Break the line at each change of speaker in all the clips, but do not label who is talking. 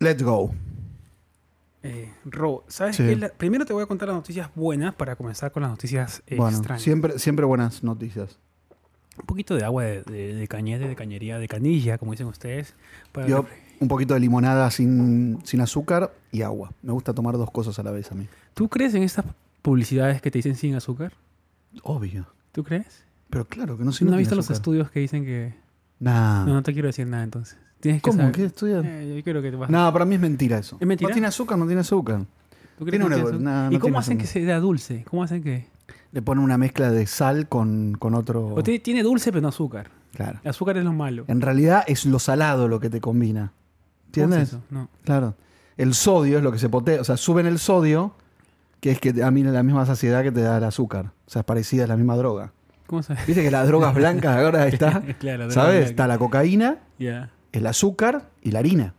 Let's go.
Eh, Robo, ¿sabes
Sí.
qué? La- primero te voy a contar las noticias buenas para comenzar con las noticias eh,
Bueno,
extrañas.
siempre, siempre buenas noticias.
Un poquito de agua de, de- de cañete, de cañería, de canilla, como dicen ustedes. para-
Yo, un poquito de limonada sin, sin azúcar y agua. Me gusta tomar dos cosas a la vez a mí.
¿Tú crees en estas publicidades que te dicen sin azúcar?
Obvio.
¿Tú crees?
Pero claro, que no sé.
¿No, has visto los estudios que dicen que...
Nah.
No, no te quiero decir nada entonces. Tienes que
¿Cómo?
saber.
¿Qué estudian?
Eh, yo creo que te vas
No, para mí es mentira eso.
¿Es mentira?
No tiene azúcar, no tiene azúcar.
¿Tú
tiene
crees que
una-
tiene azúcar?
no, no
¿Y
tiene
cómo hacen que
azúcar.
sea dulce? ¿Cómo hacen que...?
Le ponen una mezcla de sal con, con otro.
O tiene, tiene dulce pero no azúcar.
Claro.
El azúcar es lo malo.
En realidad es lo salado lo que te combina.
¿Cómo es
¿Entiendes?
eso? No.
Claro. El sodio es lo que se potea. O sea, suben el sodio, que es que a mí la misma saciedad que te da el azúcar. O sea, es parecida, es la misma droga.
¿Cómo sabes?
Viste que las drogas blancas ahora está.
Claro, droga
¿Sabes?
blanca.
Está la cocaína,
Ya.
el azúcar y la harina.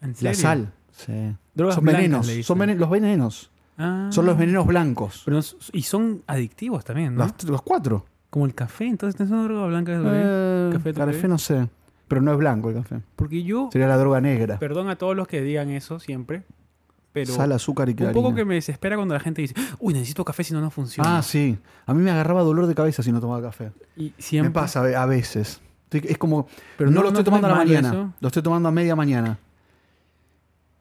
¿En
La
serio?
sal. Sí.
Drogas
son
blancas,
venenos.
le dicen.
Son venen- los venenos.
Ah.
Son los venenos blancos.
Pero no s- y son adictivos también, ¿no?
Los, los cuatro.
Como el café, entonces tenés una droga blanca. ¿no?
Eh,
Café,
café,
café.
no sé. Pero no es blanco el café.
Porque yo,
Sería la droga negra.
perdón a todos los que digan eso siempre, pero
Sal, azúcar y
un
clarina.
poco que me desespera cuando la gente dice, uy, necesito café si no, no funciona.
Ah, sí. A mí me agarraba dolor de cabeza si no tomaba café.
Y siempre,
Me pasa a a veces. Estoy- Es como.
Pero
Pero
no-
no, lo
no
estoy tomando a la
es malo
mañana.
eso.
Lo estoy tomando a media mañana.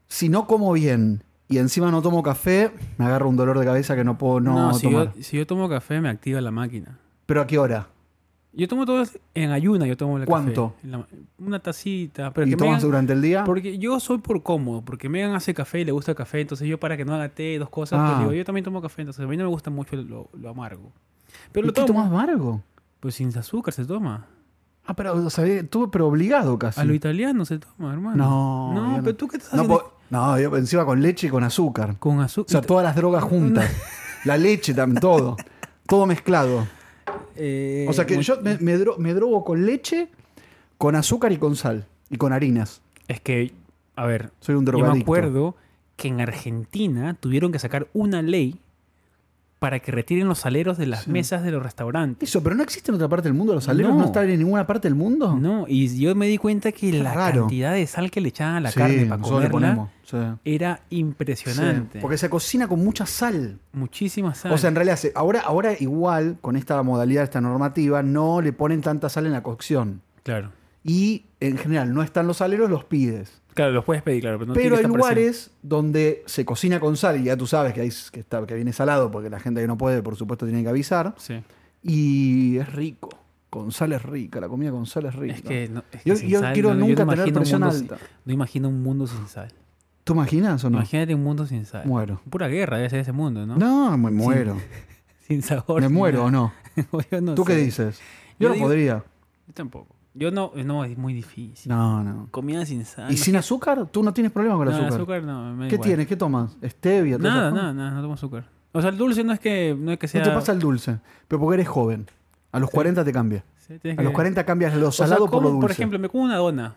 Si no como bien y encima no tomo café, me agarra un dolor de cabeza que no puedo no,
No, si,
tomar.
Yo, si yo tomo café, me activa la máquina.
¿Pero a qué hora?
Yo tomo todo en ayuna, yo tomo el
¿Cuánto?
café. En la- una tacita. Pero
¿Y
que me
tomas
hagan-
durante el día?
Porque yo soy por cómodo, porque Megan hace café y le gusta el café, entonces yo para que no haga té, dos cosas,
Ah.
pues digo, yo también tomo café, entonces a mí no me gusta mucho lo, lo amargo. Pero
¿Y
lo
qué
tomo.
tomas amargo?
Pues sin azúcar se toma.
Ah, pero, o sea, eh, tú, pero obligado casi.
A lo italiano se toma, hermano.
No,
No,
yo no.
pero tú qué estás
No,
haciendo
po- no, yo encima con leche y con azúcar.
con
O sea,
azúcar.
todas las drogas juntas. La leche también, todo. Todo mezclado.
Eh,
O sea que
muy-
yo me, me dro- me drogo con leche, con azúcar y con sal. Y con harinas.
Es que, a ver,
Soy un
yo
drogadicto.
me acuerdo que en Argentina tuvieron que sacar una ley para que retiren los saleros de las mesas de los restaurantes.
Eso, pero no existe en otra parte del mundo. Los aleros
No.
no, están en ninguna parte del mundo.
No, y yo me di cuenta que
Qué
la
raro.
cantidad de sal que le echaban a la
Sí,
carne para
nosotros le
comerla
ponemos, sí.
era impresionante.
Sí, Porque se cocina con mucha sal.
Muchísima sal.
O sea, en realidad, se- ahora, ahora igual, con esta modalidad, esta normativa, no le ponen tanta sal en la cocción.
claro.
Y en general, no están los saleros, los pides.
Claro, los puedes pedir, claro, pero no tiene
Pero
que
hay
estar
lugares donde se cocina con sal, y ya tú sabes que, hay, que, está, que viene salado, porque la gente que no puede, por supuesto, tiene que avisar.
presente. Sí.
Y es rico. Con sal es rica, la comida con sal es rica.
Es que no, es que
yo
sin
yo
sal,
quiero
no- yo no
nunca
imagino
tener
un
presión
mundo
alta.
sin- no imagino un mundo sin sal.
¿Tú imaginas o no?
Imagínate un mundo sin sal.
Muero.
Pura guerra debe ser ese mundo, ¿no?
No, me muero.
Sin sabor.
¿Me
sin
muero o
nada.
no?
Yo no
¿Tú qué
sé.
dices? Yo,
Yo
no
digo-
podría.
Yo tampoco. Yo no, no, es muy difícil.
No, no.
Comida sin sal.
¿Y sin azúcar? ¿Tú no tienes problema con el
no,
azúcar?
azúcar no. me da
¿Qué
igual.
tienes? ¿Qué tomas? ¿Stevia? todas
Nada,
esas cosas?
nada, nada, no tomo azúcar. O sea, el dulce no es que, no es que sea.
No te pasa el dulce. Pero porque eres joven. A los 40 te cambia.
Sí, tienes
A los
que-
40 cambias lo
O sea,
salado por lo
como,
dulce.
Por ejemplo, me como una dona.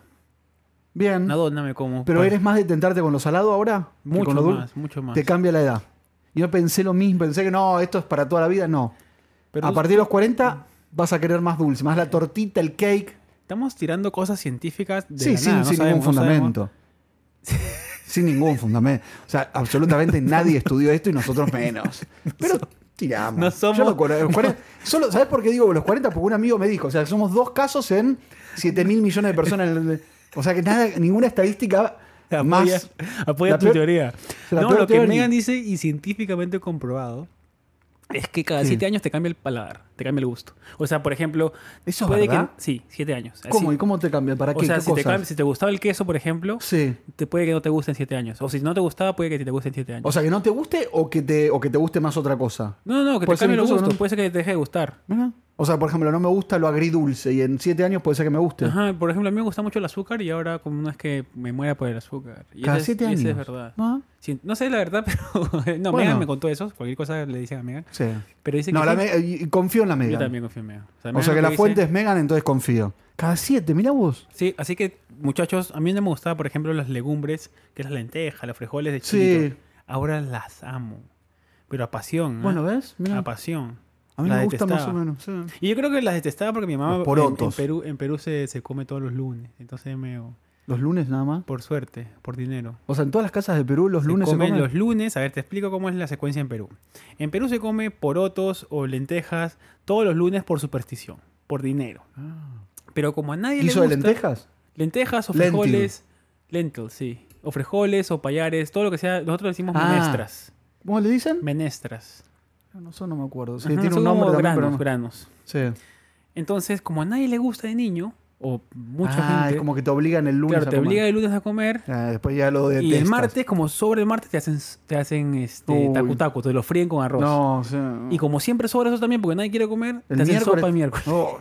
Bien.
Una dona me como.
Pero
Pues,
eres más de tentarte con lo salado ahora. que
Mucho
con lo dul-
más, mucho más.
Te cambia la edad. Yo pensé lo mismo, pensé que no, esto es para toda la vida. No.
Pero
a partir de los 40 vas a querer más dulce, más la tortita, el cake.
Estamos tirando cosas científicas de
sí,
la
sin,
nada, no
sin
sabemos,
ningún
no sabemos.
fundamento. sin ningún fundamento. O sea, absolutamente nadie estudió esto y nosotros menos. Pero tiramos.
no
Yo
somos-
lo colo- los 40 solo, ¿Sabes por qué digo los 40? Porque un amigo me dijo, o sea, somos dos casos en 7 mil millones de personas. en el- o sea, que nada, ninguna estadística
Apoya,
más...
apoya
la
tu
peor-
teoría.
la
No,
peor
lo que
teoría.
Megan dice y científicamente comprobado es que cada
Sí.
siete años te cambia el paladar, te cambia el gusto. O sea, por ejemplo,
¿Eso es
puede
verdad?
que sí, siete años. Así.
¿Cómo? ¿Y cómo te cambia? ¿Para
o
qué?
sea,
¿Qué
si te,
cosas?
cambia- si te gustaba el queso, por ejemplo,
Sí.
te puede que no te guste en siete años. O si no te gustaba, puede que te guste en siete años.
O sea, que no te guste o que te, o que te guste más otra cosa.
no, no, no, que te
puede ser
cambie el
incluso que
gusto,
no-
puede ser que te deje de gustar.
O sea, por ejemplo, no me gusta lo agridulce y en siete años puede ser que me guste.
Ajá, por ejemplo, a mí me gusta mucho el azúcar y ahora como no es que me muera por el azúcar. Y
Cada
ese es-
siete
y
años.
ese es verdad.
Ah,
Sí, no sé la verdad, pero no,
Bueno.
Megan me contó eso, cualquier cosa le dicen a Megan.
Sí.
Pero dice que
No, la
sí.
me- y- y confío en la Megan.
Yo también confío en Megan. O sea,
O
Megan
sea,
lo
que la
dice-
fuente es Megan, entonces confío. Cada siete, mira vos.
Sí, así que, muchachos, a mí no me gustaba, por ejemplo, las legumbres, que es las lentejas, los frijoles de
Sí.
chilito. Ahora las amo. Pero a pasión. ¿ah?
Bueno, ¿ves? Mirá.
a pasión.
A mí
Las
me gusta más o
detestaba.
menos. sí.
Y yo creo que las detestaba porque mi mamá
Los
en- en,
porotos.
Perú, en Perú se, se come todos los lunes. Entonces me
¿Los lunes nada más?
Por suerte, por dinero.
O sea, en todas las casas de Perú los
Se
lunes
comen
se comen.
los lunes. A ver, te explico cómo es la secuencia en Perú. En Perú se come porotos o lentejas todos los lunes por superstición, por dinero.
Ah.
Pero como a nadie
¿Guiso
le
de
gusta,
lentejas?
lentejas o
Lentil.
frijoles, lentil, sí, o frijoles o payares, todo lo que sea, nosotros le decimos
Ah.
menestras,
¿Cómo le dicen?
menestras.
No, eso no me acuerdo. Sí,
Ajá,
tiene
son
un nombre
como
también,
granos,
pero no-
granos.
Sí.
Entonces, como a nadie le gusta de niño o mucha
ah,
gente,
es como que te obligan el lunes
claro, te
a comer.
obliga el lunes a comer.
Ah, después ya lo detestas.
Y el martes, como sobre el martes, te hacen, te hacen este,
Uy.
tacu tacu, te lo fríen con arroz.
No, sí.
Y como siempre sobra eso también, porque nadie quiere comer,
El
te hacen
miércoles-
sopa el miércoles.
Oh,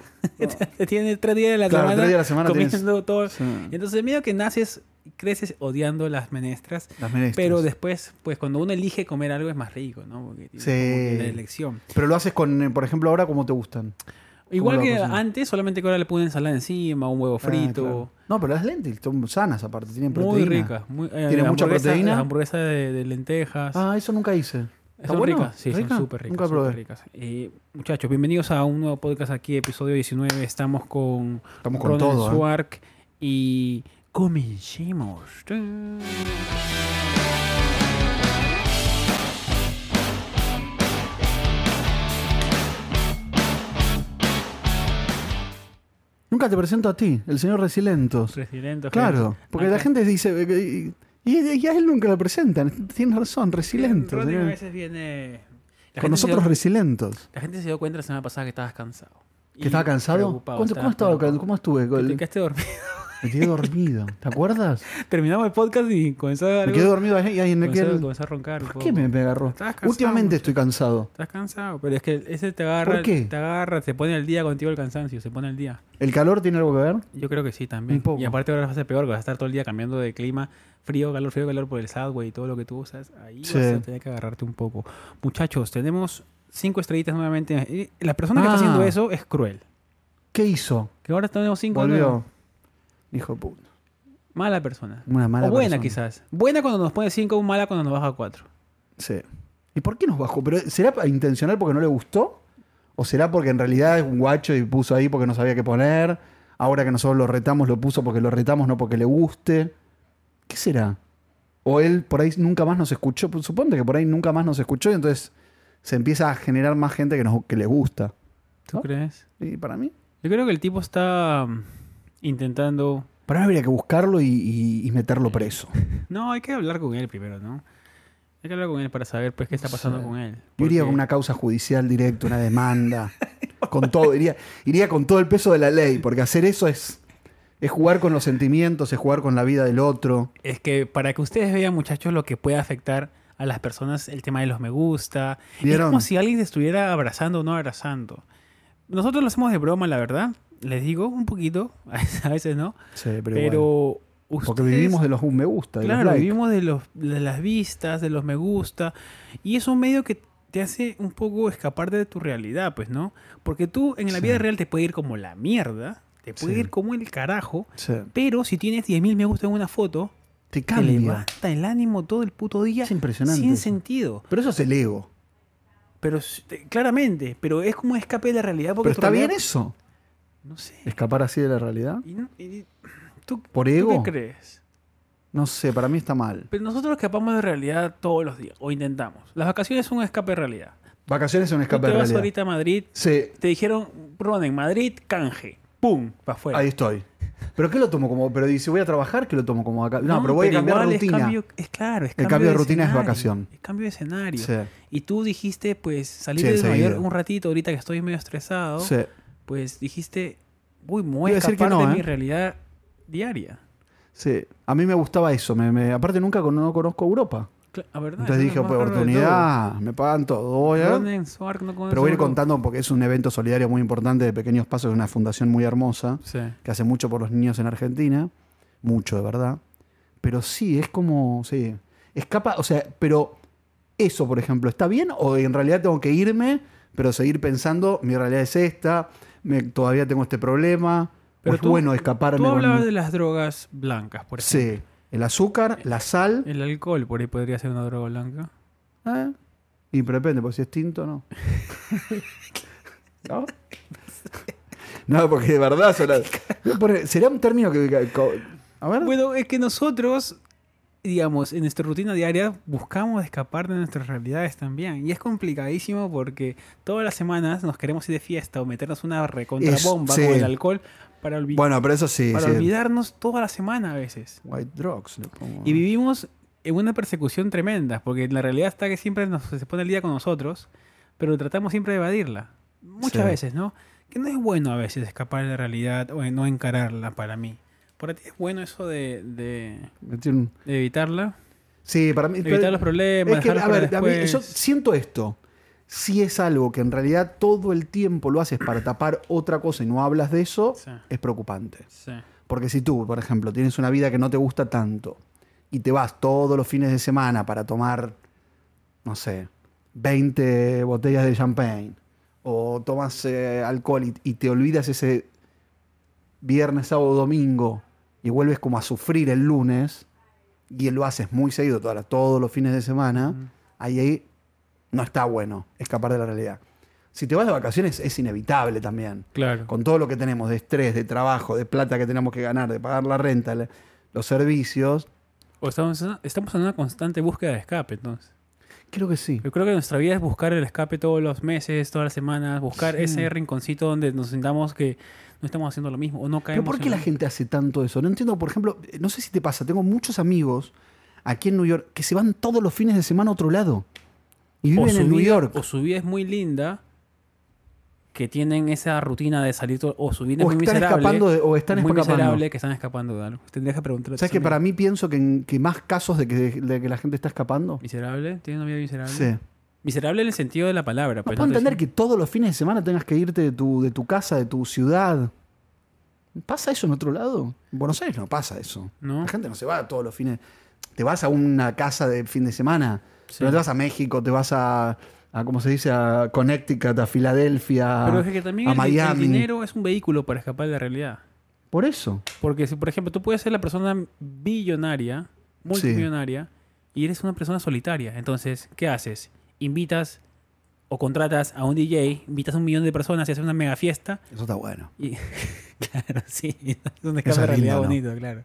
Te tiene tres días de la
Claro,
semana,
tres días de la semana
comiendo
tienes.
todo.
sí.
Entonces, medio que naces, creces odiando las menestras,
Las menestras.
pero después, pues cuando uno elige comer algo es más rico, ¿no? Porque tiene
Sí.
como que la elección.
Pero lo haces con, eh, por ejemplo, ahora como te gustan.
Igual
la
que
cocina?
antes, solamente que ahora le ponen ensalada encima, un huevo
Ah, claro.
frito.
No, pero las lentil son sanas aparte, tienen
Muy
proteína.
rica. Muy, eh,
¿Tiene
la
mucha
hamburguesa-
proteína?
La hamburguesa de, de lentejas.
Ah, eso nunca hice. ¿Está
Son
bueno?
ricas, sí,
¿Rica?
son súper ricas.
Nunca
súper
probé.
ricas. Eh, muchachos, bienvenidos a un nuevo podcast aquí, episodio 19. Estamos con
Estamos con
Ronald
todo, ¿eh?
Swark y comencemos. ¡Tun!
Nunca te presento a ti, el señor Resilentos.
Resiliento,
Claro,
gente.
porque
Nunca-
la gente dice... eh, que- Y, y a él nunca lo presentan. Tienes razón, Resilentos.
Ronnie a
señor.
veces viene... la
Con
gente se dio-
nosotros Resilentos.
La gente se dio cuenta la semana pasada que estabas cansado.
¿Que estaba cansado? ¿Cuánto- ¿Cómo, estaba, ¿Cómo estuve?
Te,
Me
quedaste dormido.
quedé dormido. ¿Te acuerdas?
Terminamos el podcast y comenzó a...
Me quedé dormido ahí y ahí me
comenzó,
quedé...
comenzó a roncar. un
¿Por qué
poco.
me, me agarró?
Estabas cansado,
Últimamente
muchacho.
estoy cansado.
Estás cansado, pero es que ese te agarra,
¿Por qué?
te agarra, te pone al día contigo el cansancio, se pone al día.
¿El calor tiene algo que ver?
Yo creo que sí también.
Un poco.
Y aparte ahora vas a ser peor, vas a estar todo el día cambiando de clima, frío, calor, frío, calor por el subway y todo lo que tú usas. Ahí
Sí.
vas a tener que agarrarte un poco. Muchachos, tenemos cinco estrellitas nuevamente. Y La persona que está
Ah.
haciendo eso es cruel.
¿Qué hizo?
Que ahora tenemos cinco nuevos.
Volvió. Hijo de puta.
Mala persona.
Una mala
o buena
persona.
quizás. Buena cuando nos pone cinco, mala cuando nos baja a cuatro.
Sí. ¿Y por qué nos bajó? ¿Pero ¿Será pa- intencional porque no le gustó? ¿O será porque en realidad es un guacho y puso ahí porque no sabía qué poner? Ahora que nosotros lo retamos, lo puso porque lo retamos, no porque le guste. ¿Qué será? O él por ahí nunca más nos escuchó. Pues Suponte que por ahí nunca más nos escuchó y entonces se empieza a generar más gente que, nos, que le gusta.
¿Tú
¿No?
crees?
Y para mí.
Yo creo que el tipo está mm, intentando
Para mí habría que buscarlo y, y- y meterlo preso.
No, hay que hablar con él primero, ¿no? Hay que hablar con él para saber pues qué está pasando con él.
Yo iría
Porque-
con una causa judicial directa, una demanda. con todo, iría, iría con todo el peso de la ley, porque hacer eso es, es jugar con los sentimientos, es jugar con la vida del otro.
Es que para que ustedes vean, muchachos, lo que puede afectar a las personas el tema de los me gusta. Es
¿Vieron?
como si alguien te estuviera abrazando o no abrazando. Nosotros lo hacemos de broma, la verdad. Les digo un poquito, a veces no.
Sí,
Pero, ustedes...
porque vivimos de los un me gusta, de los
Claro,
like.
vivimos de, los, de las vistas, de los me gusta. Y es un medio que te hace un poco escapar de tu realidad, pues, ¿no? Porque tú en la
Sí.
vida real te puede ir como la mierda, te puede
Sí.
ir como el carajo,
Sí.
pero si tienes 10.000 me gusta en una foto,
Te
te
cambia.
levanta el ánimo todo el puto día
Es impresionante
sin
eso.
sentido.
Pero eso es el ego.
Pero s- te- claramente, pero es como un escape de la realidad porque
Pero
tu
está bien
realidad-
eso.
No sé.
Escapar así de la realidad.
Y no- y- ¿tú,
¿Por
tú
ego?
qué crees?
No sé, para mí está mal.
Pero nosotros escapamos de realidad todos los días, o intentamos. Las vacaciones son un escape de realidad.
Vacaciones es un
Tú
escape
te
de
vas
realidad.
ahorita a Madrid,
Sí,
te dijeron, Ron, en Madrid, canje. ¡Pum! Para afuera.
ahí estoy. Pero ¿qué lo tomo como? Pero dice, voy a trabajar, que lo tomo como vacaciones. No,
No,
pero voy a cambiar
igual
rutina.
Es, cambio- es claro, es
El cambio de rutina es
escenario,
vacación.
Es cambio de escenario.
Sí.
Y tú dijiste, pues, salir
Sí,
de Nueva
enseguida.
York un ratito, ahorita que estoy medio estresado,
Sí.
pues dijiste, uy, me voy
Iba
a
a decir que
escapar
no,
de
¿eh?
mi realidad diaria.
Sí, a mí me gustaba eso. Me, me- aparte, nunca con- no conozco Europa.
Cla- la verdad,
Entonces
es
dije,
lo más
pues,
raro de
oportunidad, me pagan todo. voy
todo.
a-
Ron en Swark no conoce
Pero voy a ir
Europa.
contando porque es un evento solidario muy importante de Pequeños Pasos, de una fundación muy hermosa
Sí.
que hace mucho por los niños en Argentina. Mucho, de verdad. Pero sí, es como. Sí. Escapa, o sea, pero eso, por ejemplo, ¿está bien? ¿O en realidad tengo que irme, pero seguir pensando, mi realidad es esta, me- todavía tengo este problema? ¿O
Pero
es
tú-
bueno escaparme?
Tú
con-
hablabas de las drogas blancas, por ejemplo.
Sí. El azúcar, la sal.
El alcohol, por ahí podría ser una droga blanca.
¿Eh? Y depende, porque si es tinto, no. ¿No? No, porque de verdad. son las- Por- Será un término que. que- co- A ver.
Bueno, es que nosotros, digamos, en nuestra rutina diaria buscamos escapar de nuestras realidades también. Y es complicadísimo porque todas las semanas nos queremos ir de fiesta o meternos una
Es-
recontrabomba
sí.
con el alcohol para, olvi-
Bueno, pero eso sí.
para
sí.
olvidarnos toda la semana a veces.
White Drugs. le pongo.
Y vivimos en una persecución tremenda, porque la realidad está que siempre nos, se pone al día con nosotros, pero tratamos siempre de evadirla. Muchas
Sí.
veces, ¿no? Que no es bueno a veces escapar de la realidad o de no encararla para mí. ¿Para ti es bueno eso de, de-
Metí un-
de evitarla?
Sí, para mí.
De evitar los problemas,
Eh, Es que,
dejarlos
a
para
ver, a mí- yo
después.
siento esto. Si es algo que en realidad todo el tiempo lo haces para tapar otra cosa y no hablas de eso,
Sí.
es preocupante.
Sí.
Porque si tú, por ejemplo, tienes una vida que no te gusta tanto y te vas todos los fines de semana para tomar, no sé, 20 botellas de champagne o tomas eh, alcohol y, y te olvidas ese viernes, sábado, domingo y vuelves como a sufrir el lunes y lo haces muy seguido toda la- todos los fines de semana,
Ujú.
ahí, ahí no está bueno escapar de la realidad. Si te vas de vacaciones es inevitable también
Claro.
con todo lo que tenemos de estrés, de trabajo, de plata que tenemos que ganar, de pagar la renta, la- los servicios,
O estamos, estamos en una constante búsqueda de escape, entonces.
creo que sí.
Yo creo que nuestra vida es buscar el escape todos los meses, todas las semanas, buscar
Sí.
ese rinconcito donde nos sintamos que no estamos haciendo lo mismo o no
Pero
caemos.
¿por qué
en
la
lo-
gente hace tanto eso? No entiendo, por ejemplo, eh, no sé si te pasa, tengo muchos amigos aquí en New York que se van todos los fines de semana a otro lado y
o
viven
su
en New
vida-
York.
O su vida es muy linda, que tienen esa rutina de salir, to- o su vida
O
es muy
están
miserable.
escapando de- o están
muy
escapando.
miserable que están escapando de algo. Tendrías que preguntarle. a
¿Sabes
tus
que para
amigos.
mí pienso que, en- que más casos de que, de que la gente está escapando?
¿Miserable? ¿Tienes una vida miserable?
Sí.
Miserable en el sentido de la palabra.
No
pues,
puedo
te-
entender que todos los fines de semana tengas que irte de tu, de tu casa, de tu ciudad. ¿Pasa eso en otro lado? En Buenos Aires no pasa eso.
¿No?
La gente no se va todos los fines. Te vas a una casa de fin de semana.
Sí.
Pero te vas a México, te vas a, a ¿cómo se dice? A Connecticut, a Filadelfia,
Pero es que también
a
el, el
Miami.
dinero es un vehículo para escapar de la realidad.
Por eso.
Porque si, por ejemplo, tú puedes ser la persona billonaria, multimillonaria, y eres una persona solitaria. Entonces, ¿qué haces? Invitas o contratas a un DJ, invitas a un millón de personas y haces una mega fiesta.
Eso está bueno.
Y, claro, sí, es
Eso
un escape de
es
realidad
lindo, ¿no?
bonito, claro.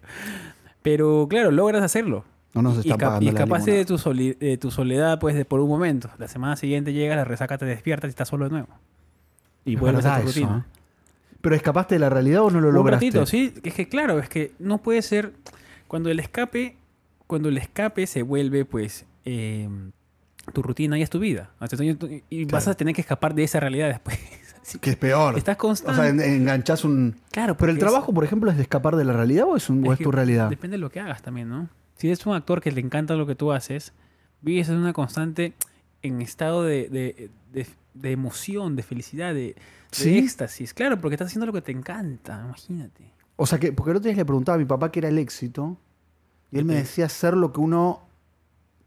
Pero, claro, logras hacerlo.
No nos
Y,
está
esca-
pagando
y
la
escapaste de
limonada.
tu, soli- de tu soledad, pues, de por un momento. La semana siguiente llegas, la resaca te despiertas y estás solo de nuevo. Y
Es
vuelves a
verdad
tu
eso,
rutina
¿eh? Pero escapaste de la realidad o no lo lograste?
un ratito, sí. Es que claro, es que no puede ser. Cuando el escape, cuando el escape se vuelve, pues, eh, tu rutina y es tu vida. O sea, tú- tú- y vas
Claro.
a tener que escapar de esa realidad después. Así
Que es peor.
Estás
o
constante.
sea, en- enganchás un...
claro,
Pero
porque
el
es-
trabajo, por ejemplo, es de escapar de la realidad o es, un, o es
que
tu realidad.
Depende de lo que hagas también, ¿no? Si eres un actor que le encanta lo que tú haces, vives en una constante en estado de, de- de- de emoción, de felicidad, de, de
¿Sí?
éxtasis. Claro, porque estás haciendo lo que te encanta, imagínate.
O sea, que, porque el otro día le preguntaba a mi papá qué era el éxito y él me
Ok.
decía hacer lo que uno...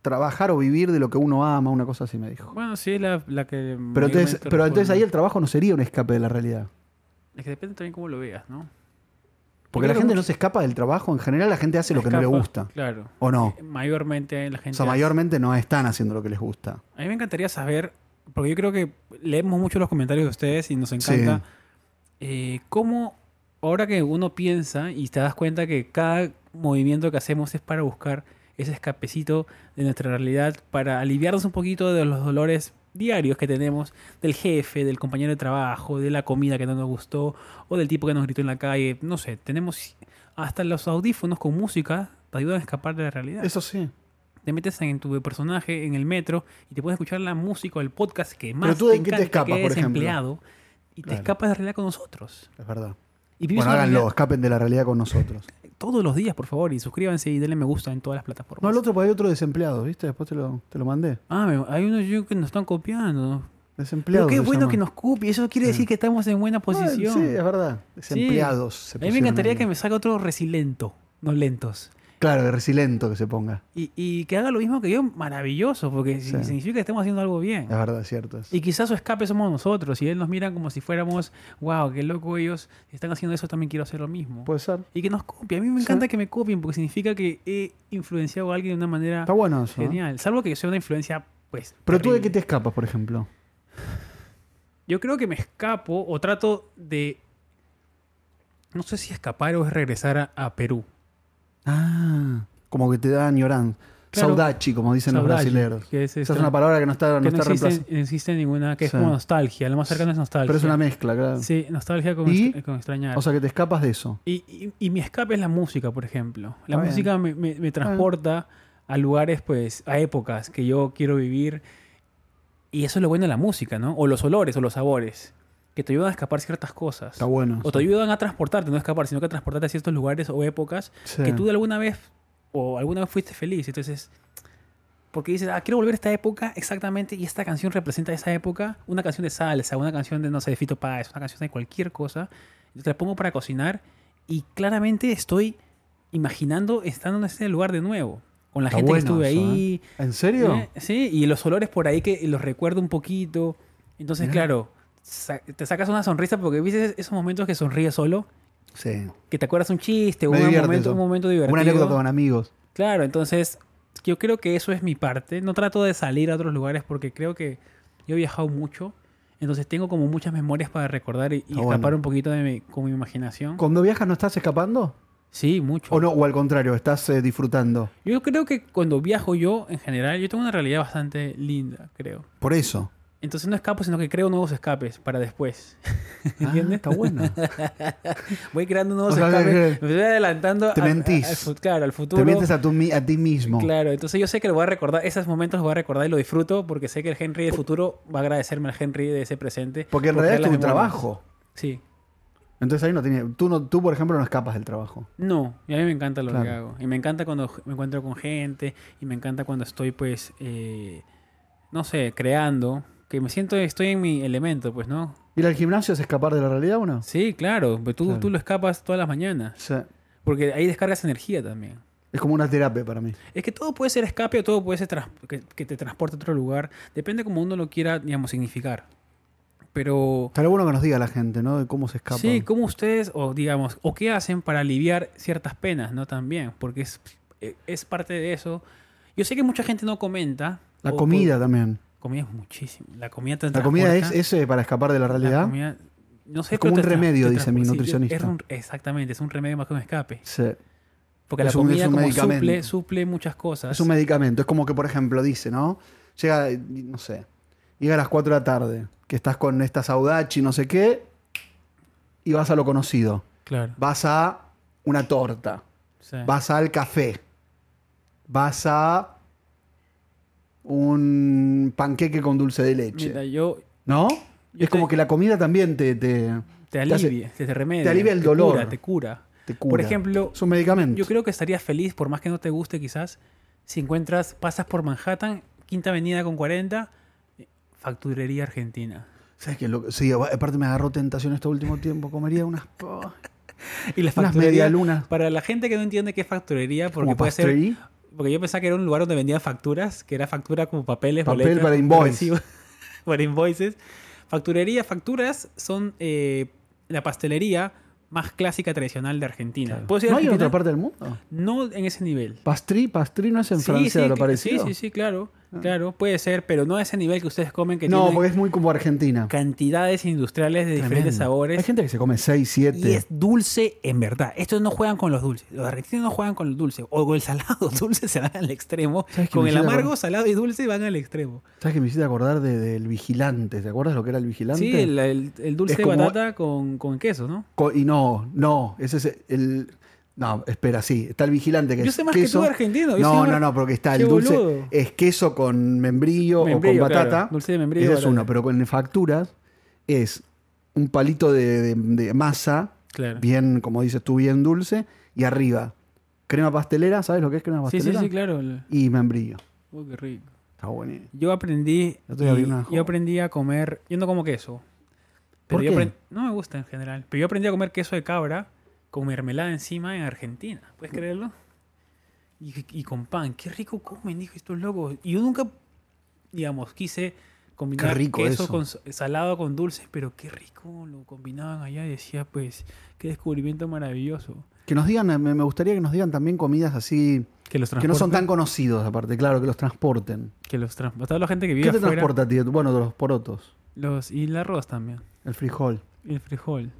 Trabajar o vivir de lo que uno ama, una cosa así me dijo.
Bueno, sí, es la, la que...
Pero entonces,
mayormente
pero entonces
responde.
ahí el trabajo no sería un escape de la realidad.
Es que depende también cómo lo veas, ¿no?
Porque la gente no se escapa del trabajo. En general, la gente hace lo que no le
Escapa,
gusta.
Claro.
¿O no?
Mayormente la
O
gente...
sea, mayormente no están haciendo lo que les gusta.
A mí me encantaría saber, porque yo creo que leemos mucho los comentarios de ustedes y nos encanta,
Sí.
eh, cómo ahora que uno piensa y te das cuenta que cada movimiento que hacemos es para buscar ese escapecito de nuestra realidad, para aliviarnos un poquito de los dolores diarios que tenemos del jefe, del compañero de trabajo, de la comida que no nos gustó o del tipo que nos gritó en la calle, no sé, tenemos hasta los audífonos con música te ayudan a escapar de la realidad
Eso sí.
te metes en tu personaje en el metro y te puedes escuchar la música o el podcast que más
Pero tú, ¿de qué te escapas,
que
por
eres
ejemplo?
empleado y te
Claro.
escapas de la realidad con nosotros.
Es verdad.
Y vives
Bueno,
una
háganlo.
realidad
Escapen de la realidad con nosotros.
todos los días, por favor, y suscríbanse y denle me gusta en todas las
No,
plataformas.
el otro, porque hay otro desempleado, ¿viste? Después te lo, te lo mandé.
Ah, me- hay unos yo que nos están copiando.
Desempleado.
Pero qué
se
bueno
llama.
que nos copie, eso quiere
Sí.
decir que estamos en buena
Ah,
posición.
sí, es verdad. Desempleados. se
A mí me
pusieron
encantaría
ahí.
que me salga otro resilento, no lentos.
Claro, de resilento que se ponga.
Y, y que haga lo mismo que yo, maravilloso, porque
Sí.
significa que estamos haciendo algo bien.
Es verdad, es cierto. es.
Y quizás su escape somos nosotros y él nos miran como si fuéramos, wow, qué loco ellos están haciendo eso, también quiero hacer lo mismo.
Puede ser.
y que nos copien. A mí me
Pues Sí.
encanta que me copien porque significa que he influenciado a alguien de una manera
Está bueno eso. ¿eh?
genial. Salvo que yo sea una influencia, pues...
Pero tú de
terrible.
qué te escapas, por ejemplo.
Yo creo que me escapo o trato de... No sé si escapar o es regresar a, a Perú. Ah.
Como que te da añoranza.
Claro.
Saudachi, como dicen
Saudachi,
los brasileños.
que es
Esa
esto-
es una palabra que no está, no
Que no
está reemplazada.
existe, no existe ninguna, que es
Sí.
como nostalgia, lo más cercano es nostalgia.
Pero es una mezcla, claro.
Sí, nostalgia con,
Y-
extra- con extrañar.
O sea que te escapas de eso.
y, y- y mi escape es la música, por ejemplo. La
Ah, bien.
música me, me- me transporta a lugares, pues, a épocas que yo quiero vivir. Y eso es lo bueno de la música, ¿no? O los olores o los sabores, que te ayudan a escapar ciertas cosas.
Está bueno.
O te ayudan a transportarte, no a escapar, sino que a transportarte a ciertos lugares o épocas
Sí.
que tú de alguna vez o alguna vez fuiste feliz. Entonces, porque dices, ah, quiero volver a esta época exactamente y esta canción representa esa época. Una canción de salsa, una canción de, no sé, de Fito Páez, una canción de cualquier cosa. Yo te la pongo para cocinar y claramente estoy imaginando estando en ese lugar de nuevo. Con la
Está
gente que
bueno
estuve
eso, ¿eh?
ahí.
¿En serio?
¿eh? Sí, y los olores por ahí que los recuerdo un poquito. Entonces,
Mira.
claro, sa- te sacas una sonrisa porque viste esos momentos que sonríes solo,
Sí.
que te acuerdas un chiste, o
Me
un
divierte
momento,
eso.
un momento divertido.
Una anécdota con amigos.
Claro, entonces yo creo que eso es mi parte. No trato de salir a otros lugares porque creo que yo he viajado mucho. Entonces tengo como muchas memorias para recordar y, y
Ah,
escapar
bueno.
un poquito de mi, con mi imaginación.
¿Cuando viajas no estás escapando?
Sí, mucho.
¿O no? ¿O al contrario, estás eh, disfrutando?
Yo creo que cuando viajo yo, en general, yo tengo una realidad bastante linda, creo.
Por eso.
Entonces no escapo, sino que creo nuevos escapes para después. ¿Entiendes?
Ah, está bueno.
Voy creando nuevos
O sea,
escapes.
que-
Me voy adelantando
Te
al-
mentís.
al fut- claro, al futuro.
Te mientes a, tu mi- a ti mismo.
Claro, entonces yo sé que lo voy a recordar, esos momentos los voy a recordar y lo disfruto porque sé que el Henry del futuro va a agradecerme al Henry de ese presente.
Porque en
por
realidad es tu
crear las memorias.
trabajo.
Sí.
Entonces ahí no tiene. Tú, no, tú, por ejemplo, no escapas del trabajo.
No, y a mí me encanta lo que
Claro.
hago. Y me encanta cuando j- me encuentro con gente y me encanta cuando estoy, pues, eh, no sé, creando. Que me siento, estoy en mi elemento, pues, ¿no?
¿Ir al gimnasio es escapar de la realidad o no?
Sí, claro, pero tú,
Claro.
tú lo escapas todas las mañanas.
Sí.
Porque ahí descargas energía también.
Es como una terapia para mí.
Es que todo puede ser escape o todo puede ser trans- que, que te transporte a otro lugar. Depende como uno lo quiera, digamos, significar. Pero
Estaría bueno que nos diga la gente, ¿no? De cómo se escapa.
sí, cómo ustedes, o digamos, o qué hacen para aliviar ciertas penas, ¿no? También, porque es, eh, es parte de eso. Yo sé que mucha gente no comenta.
la
o-
comida tambibién.
o- comida es muchísimo. La comida te
La comida es
transporta.
ese para escapar de la
La
realidad.
comida- no sé,
Es como un
pero te tra-
remedio,
te
dice mi
transporta- sí,
nutricionista.
es un- exactamente, es un remedio más que un escape.
Sí.
Porque
Es
la
un- es
comida
un
como
medicamento.
suple, suple muchas cosas.
Es un medicamento. Es como que, por ejemplo, dice, ¿no? Llega, eh, no sé, llega a las 4 de la tarde, que estás con esta saudachi, no sé qué, y vas a lo conocido.
claro.
Vas a una torta,
sí.
vas al café, vas a un panqueque con dulce de
Mira,
leche,
yo,
¿no?
yo
Es como
te-
que la comida también te, te,
te
hace-
alivia, te, te remedia.
te alivia el dolor.
Cura, te cura.
te cura.
Por ejemplo,
es un medicamento.
yo creo que estarías feliz, por más que no te guste quizás, si encuentras, pasas por Manhattan, Quinta Avenida con 40, eh, Facturería Argentina.
¿Sabes qué? Lo- sí, aparte me agarró tentación este último tiempo. Comería unas,
Y la
unas
facturería,
medialunas.
para la gente que no entiende qué es facturería, porque
como
puede ser,
pastry.
porque yo pensaba que era un lugar donde vendían facturas, que era factura como papeles,
Papel
boletas,
para invoice.
recibos, para invoices. Facturería, facturas son eh, la pastelería más clásica tradicional de Argentina.
Claro.
¿Puedo decir
¿No hay en
Argentina?
otra parte del mundo?
No en ese nivel.
Pastry, pastry no es en
Sí,
Francia
sí,
lo
cl-
parecido. Ah.
Sí, sí, sí, claro. Claro, puede ser, pero no a ese nivel que ustedes comen que
no,
tienen
porque es muy como Argentina.
cantidades industriales de diferentes
Tremendo. Hay
sabores.
gente que se come 6, 7.
Y es dulce en verdad. Estos no juegan con los dulces. Los argentinos no juegan con el dulce. O con el salado dulce se van al extremo.
¿Sabes qué
Con
me
el
hiciste
amargo,
acordar?
salado y dulce van al extremo.
¿Sabes que me hiciste acordar de- del vigilante? ¿Te acuerdas lo que era el vigilante?
Sí, el, el- el dulce
Es
de
como-
batata con, con queso, ¿no?
Co- y no, no, ese es el. No, espera, sí. Está el vigilante que
Yo
es
sé más
queso.
que tú argentino. yo
No,
soy
no,
mar-
no, porque está
Qué
el dulce.
boludo.
Es queso con membrillo,
Membrillo,
o con
claro.
batata.
Dulce de membrillo y
Ese es
batata.
uno, pero con facturas es un palito de, de- de masa,
Claro.
bien, como dices tú, bien dulce, y arriba crema pastelera, ¿sabes lo que es crema
Sí, sí,
pastelera?
sí, claro. el-
Y membrillo.
Oh, qué rico.
Está buenísimo.
Yo aprendí.
Yo todavía
y-
vi una
yo
joven.
aprendí a comer. Yo no como queso. Pero
¿Por
yo
qué?
aprend- No me gusta en general. Pero yo aprendí a comer queso de cabra con mermelada encima en Argentina.
Mm.
¿Puedes creerlo? Y, y con pan. Qué rico comen, dijo estos locos. Y yo nunca, digamos, quise combinar
Qué rico
queso
eso.
con s- salado con dulce, pero qué rico lo combinaban allá. Y decía, pues, qué descubrimiento maravilloso.
Que nos digan, me me gustaría que nos digan también comidas así,
Que los
que no son tan
transporten-
conocidos aparte, claro, que los transporten.
Que los transporta. Toda la gente que vive
¿Qué te
afuera,
transporta a ti? Bueno, de los porotos,
Los, y el arroz también.
el frijol.
Y el frijol.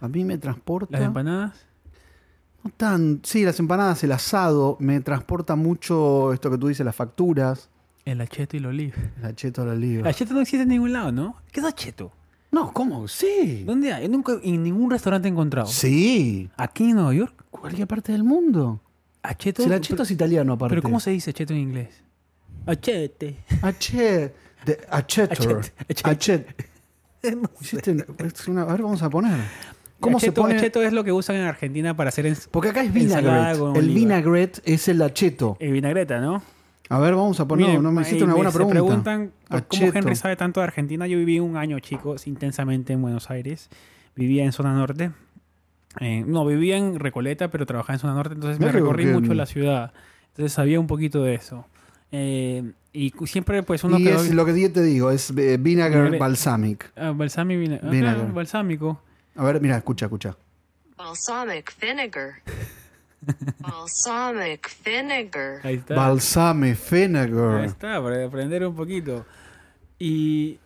A mí me transporta...
Las empanadas.
No, No tan- sí, las empanadas, el asado, me transporta mucho esto que tú dices, las facturas,
El acheto y el olive.
el acheto de la libra.
El acheto no existe en ningún lado, ¿no? ¿Qué es acheto?
No, ¿cómo? Sí.
¿Dónde hay? Yo nunca en ningún restaurante he encontrado.
Sí.
Aquí en Nueva York,
Cualquier parte del mundo.
acheto.
Si el acheto es italiano, aparte.
Pero ¿cómo se dice acheto en inglés? Achete.
Ache- de- achetor.
Achete, achete.
Achet.
No
Hiciste una- es una- a ver, vamos a poner. ¿Cómo
acheto,
se pone?
acheto es lo que usan en Argentina para hacer ens-
Porque acá es
Ensalada
vinaigrette.
con
El
oliva.
vinaigrette es el acheto.
eh, vinagreta, ¿no?
A ver, vamos a poner. Pues
Miren,
no me
ahí
hiciste una buena
se
pregunta.
preguntan por cómo
Acheto.
Henry sabe tanto de Argentina. Yo viví un año, chicos, intensamente en Buenos Aires. Vivía en zona norte. Eh, no, vivía en Recoleta, pero trabajaba en zona norte. Entonces me
Mira que-
recorrí
que-
mucho la ciudad. Entonces sabía un poquito de eso. Eh, y cu- siempre, pues, uno
Y
quedó-
es lo que yo te digo, es eh, vinegar
Vinagre-
balsamic.
Ah, balsami- vina- ah,
Vinagre.
claro, balsámico.
A ver, mira, escucha, escucha.
Balsamic vinegar. Balsamic vinegar.
Ahí está.
Balsame
Ahí
vinegar.
está, para aprender un poquito. Y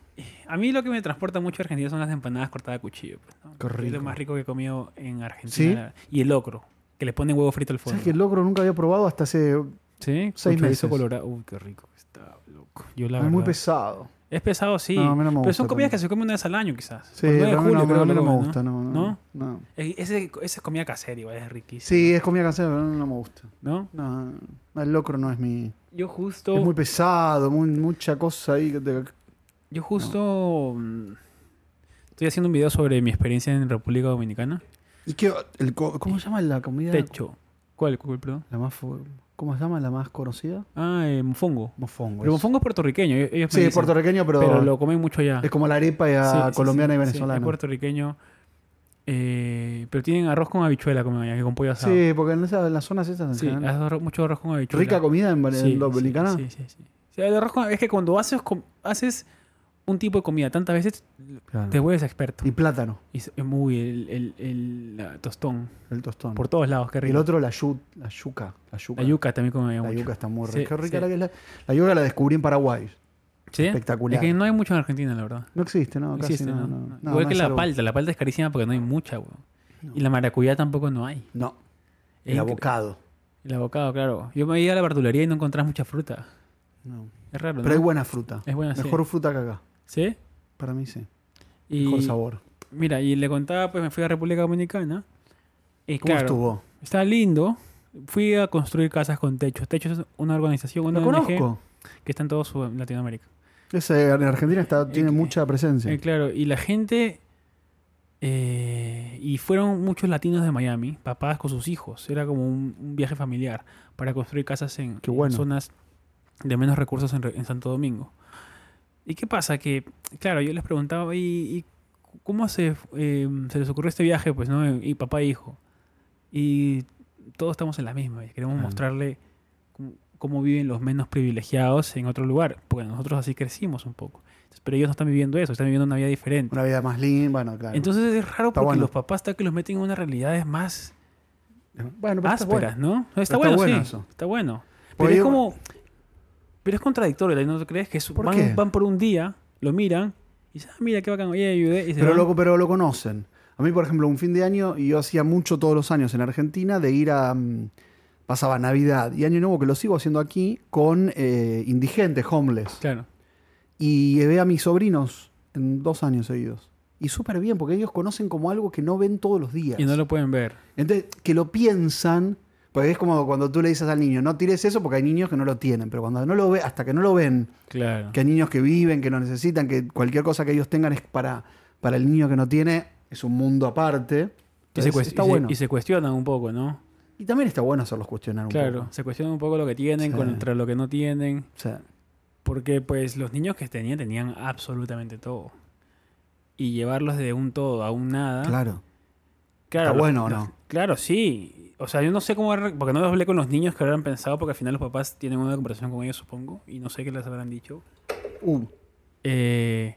a mí lo que me transporta mucho a Argentina son las empanadas cortadas a cuchillo. pues, ¿no?
Qué
Es
rico.
lo más rico que he comido en Argentina. Y el locro, que le ponen huevo frito al fondo.
¿Sabes que el locro nunca había probado hasta hace.
Sí,
Seis
con chorizo
meses.
colorado. Uy, qué rico que está, loco. Yo la
es muy
verdad-
pesado.
Es pesado, sí.
No, a mí no me
pero son
gusta
comidas
tanto.
que se comen una vez al año, quizás.
Sí,
Por el 9 de
pero a mí
julio,
no,
creo
a mí
que
no me
comen,
gusta, no, no,
¿No?
no.
Eh, ese- Esa es comida casera, igual, es riquísima.
Sí, es comida casera, pero no, no me gusta.
¿No?
No, no, el locro no es mi.
Yo justo.
Es muy pesado, muy- mucha cosa ahí. que te-
Yo justo. mm, Estoy haciendo un video sobre mi experiencia en República Dominicana.
¿Y qué, el co- ¿Cómo se llama la comida?
Techo. ¿Cuál? ¿Cuál, perdón?
La más, fu- ¿Cómo se llama la más conocida?
Ah, eh, mofongo.
Mofongo.
Pero
es.
mofongo es puertorriqueño. e-, ellos me
Sí,
dicen,
es puertorriqueño, pero,
Pero lo comen mucho ya.
es como la arepa y a colombiana y
es
venezolana.
puertorriqueño. eh, pero tienen arroz con habichuela, como allá, que con pollo asado.
Sí, porque en, esa- en las zonas esas. en
Sí,
general.
haz arroz- mucho arroz con habichuela.
Rica comida en,
Sí, sí,
Dominicana.
Sí, sí, sí. O sea, el arroz con- es que cuando haces, com- haces un tipo de comida tantas veces, te vuelves experto.
Y plátano,
Y es muy el, el- el, la tostón.
el tostón.
Por todos lados,
y
qué
el
rico.
otro, la, yu- la yuca. La yuca.
La yuca también comía
La
mucho.
yuca está muy
Sí,
rica. Qué rica
sí.
la, que es la, la yuca la descubrí en Paraguay.
¿Sí?
espectacular.
Es que no hay mucho en Argentina, la verdad.
No existe, no,
No
casi
existe,
no,
¿no?
no. No,
Igual
no
que
es
la
algo-
palta. La palta es carísima porque no hay mucha, weón. Y la maracuyá tampoco no hay.
No,
Es
el
incre-
abocado.
El abocado, claro. Yo me iba a la verdulería y no encontrás mucha fruta.
No.
Es raro,
Pero hay
¿no?
buena fruta.
Es buena, sí.
Mejor fruta que acá.
¿Sí?
Para mí sí.
Y,
Mejor sabor.
Mira, y le contaba, pues me fui a República Dominicana. Y
¿Cómo
claro,
estuvo?
Está lindo. Fui a construir casas con techos. Techos es una organización, una
Lo
ONG
conozco.
que está en toda Sud- Latinoamérica.
Ese, en Argentina está, tiene
Eh,
mucha presencia.
Eh, claro, y la gente. eh, y fueron muchos latinos de Miami, papás con sus hijos. Era como un, un viaje familiar para construir casas en,
Qué
en
bueno.
zonas de menos recursos en, Re- en Santo Domingo. ¿Y qué pasa? Que, claro, yo les preguntaba, ¿y, y cómo se, eh, se les ocurrió este viaje? Pues, ¿no? Y papá e hijo. Y todos estamos en la misma. y Queremos
Claro.
mostrarle cómo, cómo viven los menos privilegiados en otro lugar. Porque nosotros así crecimos un poco. Entonces, Pero ellos no están viviendo eso, están viviendo una vida diferente.
Una vida más linda, bueno, claro.
Entonces es raro
Está
porque
bueno.
los papás hasta que los meten en unas realidades más
bueno, pero está
ásperas,
bueno.
¿no? Está,
está
bueno,
bueno
sí,
eso.
Está bueno. Pero
Porque
es
yo-
como... Pero es contradictorio, ¿no crees? Que es-
¿Por
van,
qué?
van por un día, lo miran y dicen, ah, mira qué bacán, oye, ayudé. Y se
Pero
van.
lo, pero lo conocen. A mí, por ejemplo, un fin de año, y yo hacía mucho todos los años en Argentina, de ir a... mm, pasaba Navidad y Año Nuevo, que lo sigo haciendo aquí, con eh, indigentes, homeless.
Claro.
Y llevé a mis sobrinos en dos años seguidos. Y súper bien, porque ellos conocen como algo que no ven todos los días.
Y no lo pueden ver.
Entonces, que lo piensan, porque es como cuando tú le dices al niño, no tires eso porque hay niños que no lo tienen, pero cuando no lo ve, hasta que no lo ven,
Claro.
que hay niños que viven, que lo necesitan, que cualquier cosa que ellos tengan es para, para el niño que no tiene, es un mundo aparte.
Y se,
Entonces,
cuest-
está
y se-
bueno.
y se cuestionan un poco, ¿no?
Y también está bueno hacerlos cuestionar un
Claro,
poco.
se cuestiona un poco lo que tienen
Sí.
contra lo que no tienen,
O sea,
porque pues los niños que tenían tenían absolutamente todo. Y llevarlos de un todo a un nada.
claro.
Claro,
¿Está
los-
bueno o
los-
no?
Claro, sí. O sea, yo no sé cómo, habrá- porque no hablé con los niños que habrán pensado, porque al final los papás tienen una conversación con ellos, supongo, y no sé qué les habrán dicho.
Uh,
Eh,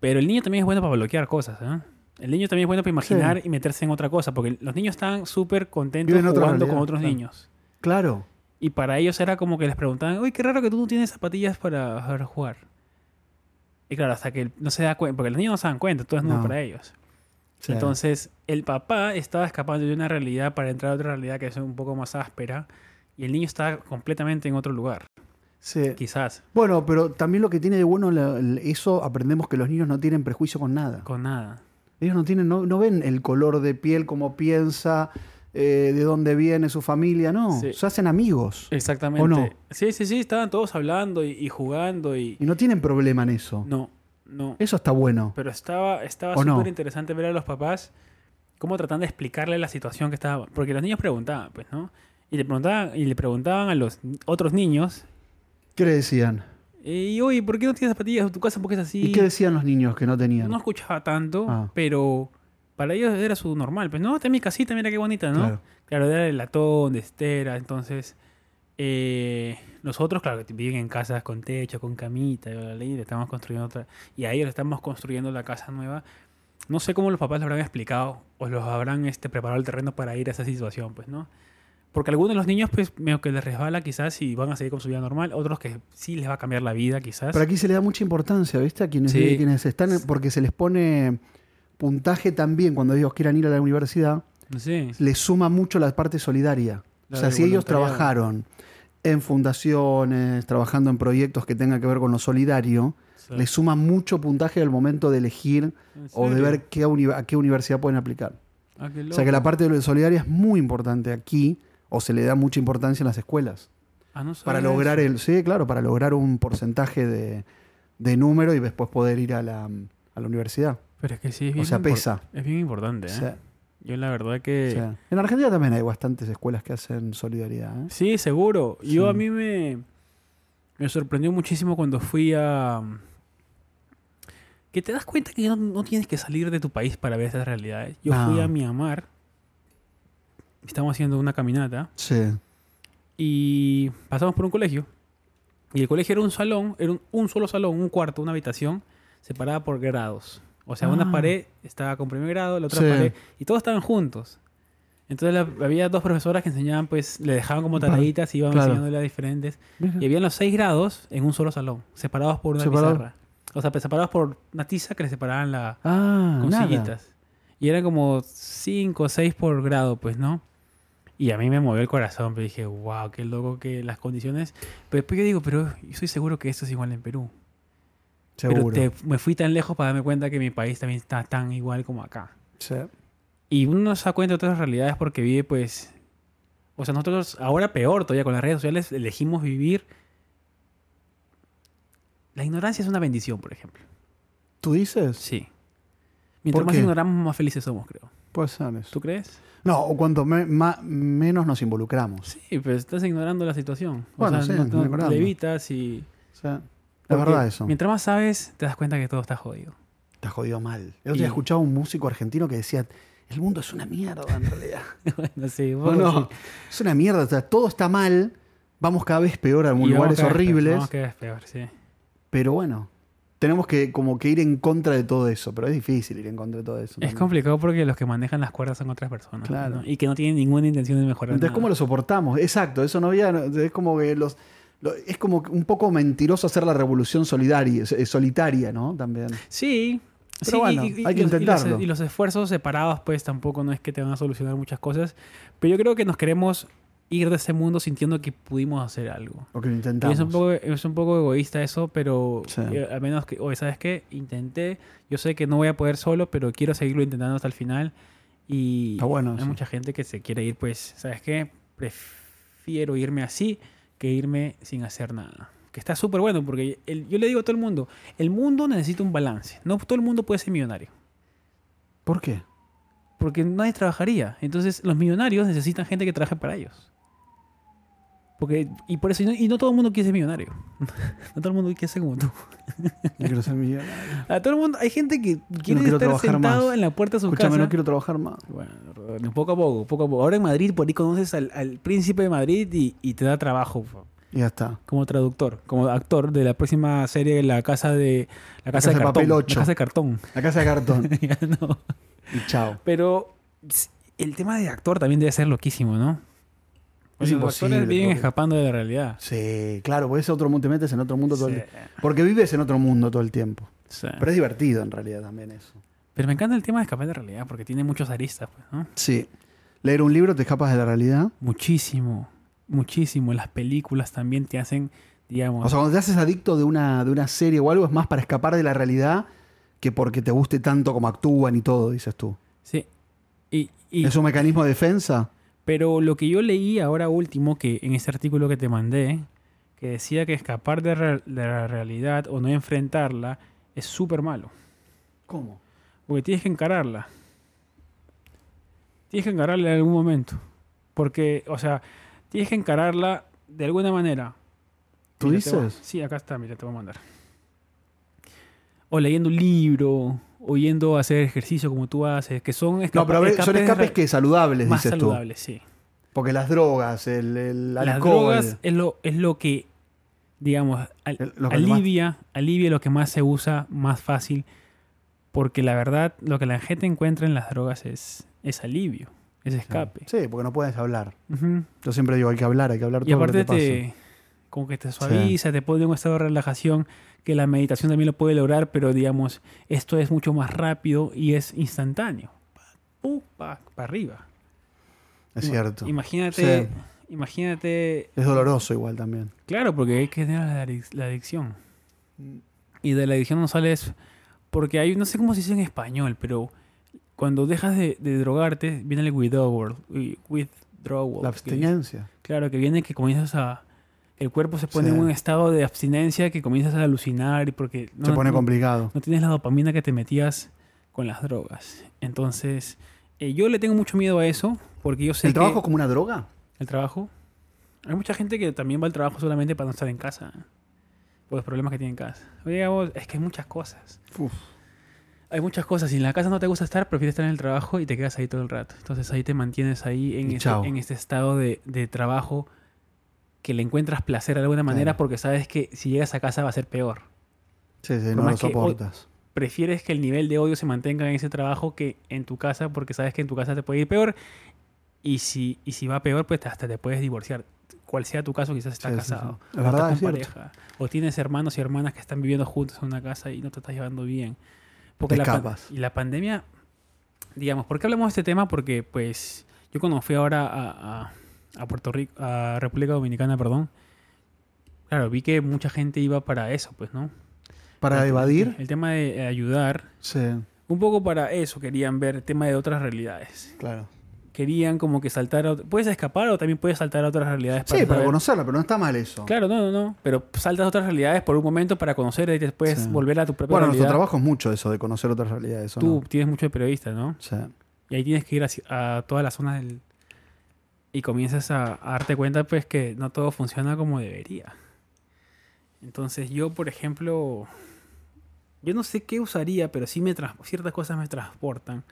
pero el niño también es bueno para bloquear cosas, ¿eh? El niño también es bueno para imaginar y meterse en otra cosa, porque los niños están súper contentos
Viven otra
jugando con
realidad,
otros
claro.
niños.
claro.
Y para ellos era como que les preguntaban, uy, qué raro que tú no tienes zapatillas para, para jugar. Y claro, hasta que no se da cuenta, porque los niños no se dan cuenta, todo es nuevo
No.
para ellos.
Sí.
Entonces, el papá estaba escapando de una realidad para entrar a otra realidad que es un poco más áspera y el niño estaba completamente en otro lugar,
Sí.
quizás,
Bueno, pero también lo que tiene de bueno la- el- eso, aprendemos que los niños no tienen prejuicio con nada.
con nada.
Ellos no, tienen, no, no ven el color de piel, cómo piensa, eh, de dónde viene su familia, no.
Sí. Eh.
Se hacen amigos.
Exactamente.
¿O no?
Sí, sí, sí, estaban todos hablando y, y jugando y...
Y no tienen problema en eso.
No, no.
Eso está bueno.
Pero estaba estaba
¿O
súper
no?
interesante ver a los papás cómo tratan de explicarle la situación que estaba. Porque los niños preguntaban, pues, ¿no? Y le preguntaban, y le preguntaban a los otros niños,
¿Qué le decían?
y oye, ¿por qué no tienes zapatillas? ¿Tu casa por qué es así?
¿Y qué decían los niños que no tenían?
no escuchaba tanto,
Ah. pero
pero para ellos era su normal. Pues no, está en mi casita, mira qué bonita, ¿no?
Claro.
Claro, era el latón, de estera, entonces eh, nosotros, claro, que viven en casas con techo, con camita, y bla, bla, bla, y le estamos construyendo otra, y a ellos le estamos construyendo la casa nueva. No sé cómo los papás lo habrán explicado o los habrán este, preparado el terreno para ir a esa situación, pues, ¿no? Porque algunos de los niños, pues, medio que les resbala quizás y van a seguir con su vida normal, otros que sí les va a cambiar la vida quizás.
Pero aquí se le da mucha importancia, ¿viste? A quienes,
Sí.
a quienes están, porque se les pone puntaje también cuando ellos quieran ir a la universidad,
No sé.
les suma mucho la parte solidaria.
La
o sea,
del
si ellos
voluntariado.
trabajaron en fundaciones, trabajando en proyectos que tengan que ver con lo solidario, les suma mucho puntaje al momento de elegir
¿En
o de
serio?
ver qué uni- a qué universidad pueden aplicar.
Ah, qué
O sea que
loco.
la parte de lo solidaria es muy importante aquí, o se le da mucha importancia en las escuelas.
Ah, no
Para
sabía
lograr
eso.
el. Sí, claro, para lograr un porcentaje de, de número y después poder ir a la, a la universidad.
Pero es que sí, es
O
bien
sea,
impor-
pesa.
Es bien importante, ¿eh?
O sea,
Yo la verdad que...
o sea, En Argentina también hay bastantes escuelas que hacen solidaridad. ¿eh?
Sí, seguro.
Sí.
Yo a mí me... Me sorprendió muchísimo cuando fui a... Que te das cuenta que no, no tienes que salir de tu país para ver esas realidades. Yo fui
No.
a Myanmar. Estamos haciendo una caminata.
Sí.
y pasamos por un colegio. Y el colegio era un salón, era un, un solo salón, un cuarto, una habitación, separada por grados. O sea,
Ah.
una pared estaba con primer grado, la otra
Sí.
pared, y todos estaban juntos. Entonces la- había dos profesoras que enseñaban, pues, le dejaban como tareitas y iban
Claro.
enseñándole a diferentes. Y habían los seis grados en un solo salón, separados por una
Separado.
pizarra. O sea, separados por una tiza que les separaban la,
Ah,
con
nada.
sillitas. Y era como 5 o 6 por grado, pues, ¿no? Y a mí me movió el corazón, pero dije, wow, qué loco que las condiciones. Pero después yo digo, pero yo estoy seguro que esto es igual en Perú.
Seguro.
Pero te- me fui tan lejos para darme cuenta que mi país también está tan igual como acá.
Sí.
Y uno no se da cuenta de otras realidades porque vive, pues. O sea, nosotros, ahora peor todavía con las redes sociales, elegimos vivir. La ignorancia es una bendición, por ejemplo.
¿Tú dices?
Sí. Mientras
¿Por
más
qué?
ignoramos, más felices somos, creo.
Pues sabes.
¿Tú crees?
No, o cuanto me- ma- menos nos involucramos.
Sí, pero pues, estás ignorando la situación. O
Bueno,
sea,
sí,
no- no,
ignorando.
le evitas y...
O sea, es
porque
verdad eso.
Mientras más sabes, te das cuenta que todo está jodido.
Te has jodido mal. El otro día
Y-
escuchaba a un músico argentino que decía, el mundo es una mierda en realidad.
bueno, sí,
¿O
vos
no?
sí.
Es una mierda. o sea, todo está mal. Vamos cada vez peor a
Y vamos
lugares
cada vez peor,
horribles.
Vamos cada vez peor, sí.
Pero bueno, tenemos que como que ir en contra de todo eso. Pero es difícil ir en contra de todo eso.
Es
también.
complicado porque los que manejan las cuerdas son otras personas. pues,
Claro.
¿no? Y que no tienen ninguna intención de mejorar
Entonces, ¿cómo
nada.
lo soportamos? Exacto, eso no había. no, Es como que los. lo- Es como que un poco mentiroso hacer la revolución solidaria, eh, solitaria, ¿no? También.
Sí.
Pero
sí,
bueno, hay que
los- los-
intentarlo.
Y los, esfuerzos separados, pues, tampoco no es que te van a solucionar muchas cosas. Pero yo creo que nos queremos ir de ese mundo sintiendo que pudimos hacer algo.
Lo que lo
Y
intentamos.
es un, poco, es un poco egoísta eso, pero
Sí.
eh, al menos que, oye, ¿sabes qué? Intenté, yo sé que no voy a poder solo, pero quiero seguirlo intentando hasta el final. Y
Está bueno
hay
eso.
mucha gente que se quiere ir, pues, ¿sabes qué? Prefiero irme así que irme sin hacer nada. Que está súper bueno, porque el- yo le digo a todo el mundo, el mundo necesita un balance. No todo el mundo puede ser millonario,
¿Por qué?
porque nadie trabajaría. Entonces, los millonarios necesitan gente que trabaje para ellos. Porque, y por eso, y no, y no todo el mundo quiere ser millonario. no todo el mundo quiere ser como tú.
No quiero ser millonario.
A todo el mundo, hay gente que quiere
quiero
estar
trabajar
sentado
más.
en la puerta de su
Escúchame,
casa.
no quiero trabajar más.
Bueno, Rodri, poco a poco, poco a poco. Ahora en Madrid, por ahí conoces al, al príncipe de Madrid y, y te da trabajo po,
Y ya está.
como traductor, como actor de la próxima serie La Casa de La
Casa
Casa,
de
de, Cartón.
Papel ocho.
La Casa de Cartón.
La casa de cartón.
Ya no.
y chao.
Pero s- el tema de actor también debe ser loquísimo, ¿no?
Es
Porque los
imposible,
actores viven
porque-
escapando de la realidad.
Sí, claro, porque es otro mundo, te metes en otro mundo todo el
Sí,
tiempo. Porque vives en otro mundo todo el tiempo.
sí.
Pero es divertido en realidad también eso.
Pero me encanta el tema de escapar de la realidad porque tiene muchos aristas, pues, ¿no?
Sí. Leer un libro te escapas de la realidad.
Muchísimo, muchísimo. Las películas también te hacen, digamos.
O sea, cuando te haces adicto de una, de una serie o algo, es más para escapar de la realidad que porque te guste tanto como actúan y todo, dices tú.
sí. Y, y-
¿Es un mecanismo de defensa?
Pero lo que yo leí ahora último, que en ese artículo que te mandé, que decía que escapar de, re- de la realidad o no enfrentarla es súper malo.
¿Cómo?
Porque tienes que encararla. Tienes que encararla en algún momento. Porque, o sea, tienes que encararla de alguna manera.
¿Tú
Mira, te voy-
dices?
sí, acá está, mira, te voy a mandar. O leyendo un libro, o yendo a hacer ejercicio como tú haces, que son, escapa-
No, pero a ver, son
de
escapes
ra-
que saludables,
más
dices
saludables, sí.
tú. Porque las drogas, el, el
Las
alcohol.
drogas es lo, es lo que, digamos, al-
El- lo que más-
alivia, alivia lo que más se usa más fácil. Porque la verdad, lo que la gente encuentra en las drogas es, es alivio, es escape.
Sí, porque no puedes hablar.
Ujú.
Yo siempre digo, hay que hablar, hay que hablar todo
Y
lo que te
aparte
pase.
te, como que te suaviza, te pone en un estado de relajación, que la meditación también lo puede lograr, pero digamos, esto es mucho más rápido y es instantáneo. Para arriba.
Es
Ima-
cierto.
Imagínate,
Sí.
imagínate
Es doloroso igual también.
Claro, porque hay que tener la, adic- la adicción.
Mm.
Y de la adicción no sales porque hay, no sé cómo se dice en español, pero cuando dejas de, de drogarte, viene el withdrawal. wi- withdrawal
La
que-
abstinencia.
claro, que viene que comienzas a... El cuerpo se pone
Sí.
en un estado de abstinencia que comienzas a alucinar y porque no,
se pone
no-
complicado.
no tienes la dopamina que te metías con las drogas. Entonces, eh, yo le tengo mucho miedo a eso porque yo sé
¿El
que...
trabajo es como una droga?
¿El trabajo? Hay mucha gente que también va al trabajo solamente para no estar en casa. Por los problemas que tiene en casa. Oye, vos, es que hay muchas cosas.
Uf.
Hay muchas cosas. Si en la casa no te gusta estar, prefieres estar en el trabajo y te quedas ahí todo el rato. Entonces ahí te mantienes ahí en,
Y
este,
chao.
en este estado de, de trabajo que le encuentras placer de alguna manera
Claro.
porque sabes que si llegas a casa va a ser peor.
Sí, sí,
Por
no
más
lo
que hoy-
soportas.
Prefieres que el nivel de odio se mantenga en ese trabajo que en tu casa porque sabes que en tu casa te puede ir peor. Y si, y si va peor, pues hasta te puedes divorciar. Cual sea tu caso, quizás estás
Sí, sí, sí.
casado.
La
o
verdad
estás
es
con
cierto.
pareja, o tienes hermanos y hermanas que están viviendo juntos en una casa y no te estás llevando bien. Porque
Te
la pan-
escapas.
y la pandemia, digamos, ¿por qué hablamos de este tema? Porque pues yo cuando fui ahora a, a- a Puerto Rico, a República Dominicana, perdón, claro, vi que mucha gente iba para eso, pues, ¿no?
Para
El-
evadir,
El tema de eh, ayudar.
sí,
Un poco para eso querían ver el tema de otras realidades.
claro.
Querían como que saltar a... ot- Puedes escapar o también puedes saltar a otras realidades.
Sí, para
saber-
conocerla, pero no está mal eso.
Claro, no, no, no. Pero saltas a otras realidades por un momento para conocer y después
Sí.
volver a tu propia
Bueno, nuestro
realidad.
trabajo es mucho eso, de conocer otras realidades. ¿o
Tú
no?
tienes mucho de periodista, ¿no?
Sí.
Y ahí tienes que ir hacia- a, todas las zonas del... Y comienzas a, a darte cuenta, pues, que no todo funciona como debería. Entonces yo, por ejemplo, yo no sé qué usaría, pero sí me trans- ciertas cosas me transportan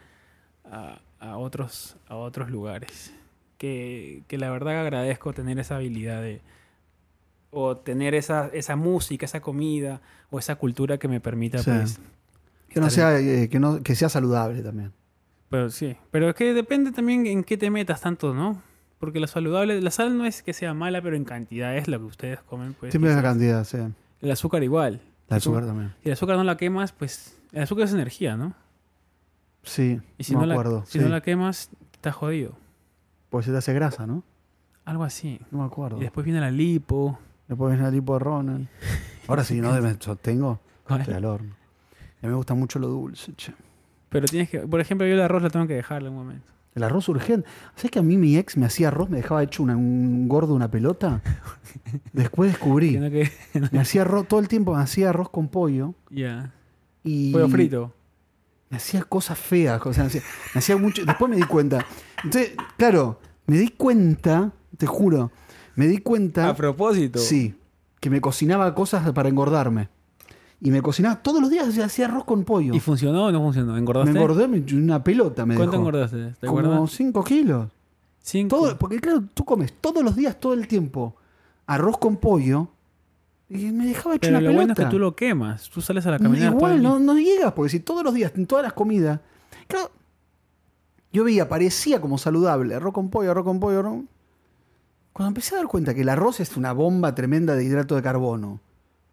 a, a otros, a otros lugares. Que, que la verdad agradezco tener esa habilidad de... O tener esa, esa música, esa comida, o esa cultura que me permita,
Sí.
pues,
Que, no
estar en-
sea, eh, que, no, que sea saludable también.
pero sí, pero es que depende también en qué te metas tanto, ¿no? Porque la saludable, la sal no es que sea mala, pero en cantidad es lo que ustedes comen. Pues,
Siempre es la
quizás.
cantidad, sí.
El azúcar igual.
La azúcar también.
Si el azúcar no la quemas, pues el azúcar es energía, ¿no?
Sí,
Y si,
me
no,
acuerdo.
La, si
sí.
no la quemas, estás jodido.
Porque se te hace grasa, ¿no?
Algo así.
No me acuerdo.
Y después viene la lipo.
Después viene la lipo de Ronald. Ahora sí, no me sostengo,
¿cuál?
estoy al horno. A mí me gusta mucho lo dulce, che.
Pero tienes que, por ejemplo, yo el arroz la tengo que dejarle un momento.
El arroz urgente. ¿Sabes que a mí mi ex me hacía arroz, me dejaba hecho una- un gordo una pelota? Después descubrí.
Tiene que-
Me hacía arroz todo el tiempo, me hacía arroz con pollo.
Ya.
Y
Pollo frito.
Me hacía cosas feas. O sea, me hacía, me hacía mucho. Después me di cuenta. Entonces, claro, me di cuenta, te juro, me di cuenta.
A propósito.
Sí, que me cocinaba cosas para engordarme. Y me cocinaba todos los días, hacía arroz con pollo.
¿Y funcionó o no funcionó?
Me
¿Engordaste?
engordé me- una pelota, me
¿Cuánto
dejó.
engordaste? ¿Te
Como
acuerdas?
5 kilos.
Cinco.
Todo, porque claro, tú comes todos los días, todo el tiempo, arroz con pollo. Y me dejaba hecho
Pero
una
lo bueno
pelota.
es que tú lo quemas. Tú sales a pues, la
No,
caminata. todo el
Igual,
día.
no, no llegas, porque si todos los días, en todas las comidas. Claro, yo veía, parecía como saludable, arroz con pollo, arroz con pollo. arroz- Cuando empecé a dar cuenta que el arroz es una bomba tremenda de hidrato de carbono.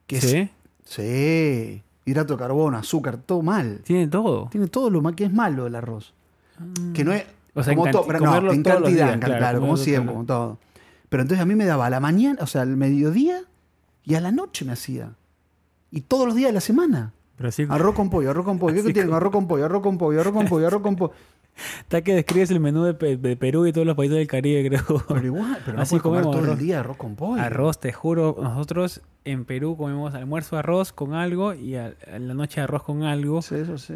Que es-
Sí.
Sí. hidrato de carbono, azúcar, todo mal.
Tiene todo.
Tiene todo lo ma- que es malo el arroz. Que no es.
O sea, en
como
canti-
todo, pero no,
comerlo
en
todos los
cantidad,
días,
en ca-
claro,
claro, como
comerlo
siempre,
todo.
como todo. Pero entonces a mí me daba a la mañana, o sea, al mediodía y a la noche me hacía. Y todos los días de la semana.
Pero así
Arroz con pollo, arroz con pollo. ¿Qué
Así
tienen?
como-
Arroz con pollo, arroz con pollo, arroz con pollo, arroz con pollo.
está que describes el menú de, Pe- de Perú y todos los países del Caribe, creo.
Pero igual, pero no
Así
puedes comer
comemos
todo el
arroz.
día arroz con pollo.
Arroz, te juro, nosotros en Perú comemos almuerzo arroz con algo y a- en la noche arroz con algo,
Sí, eso sí.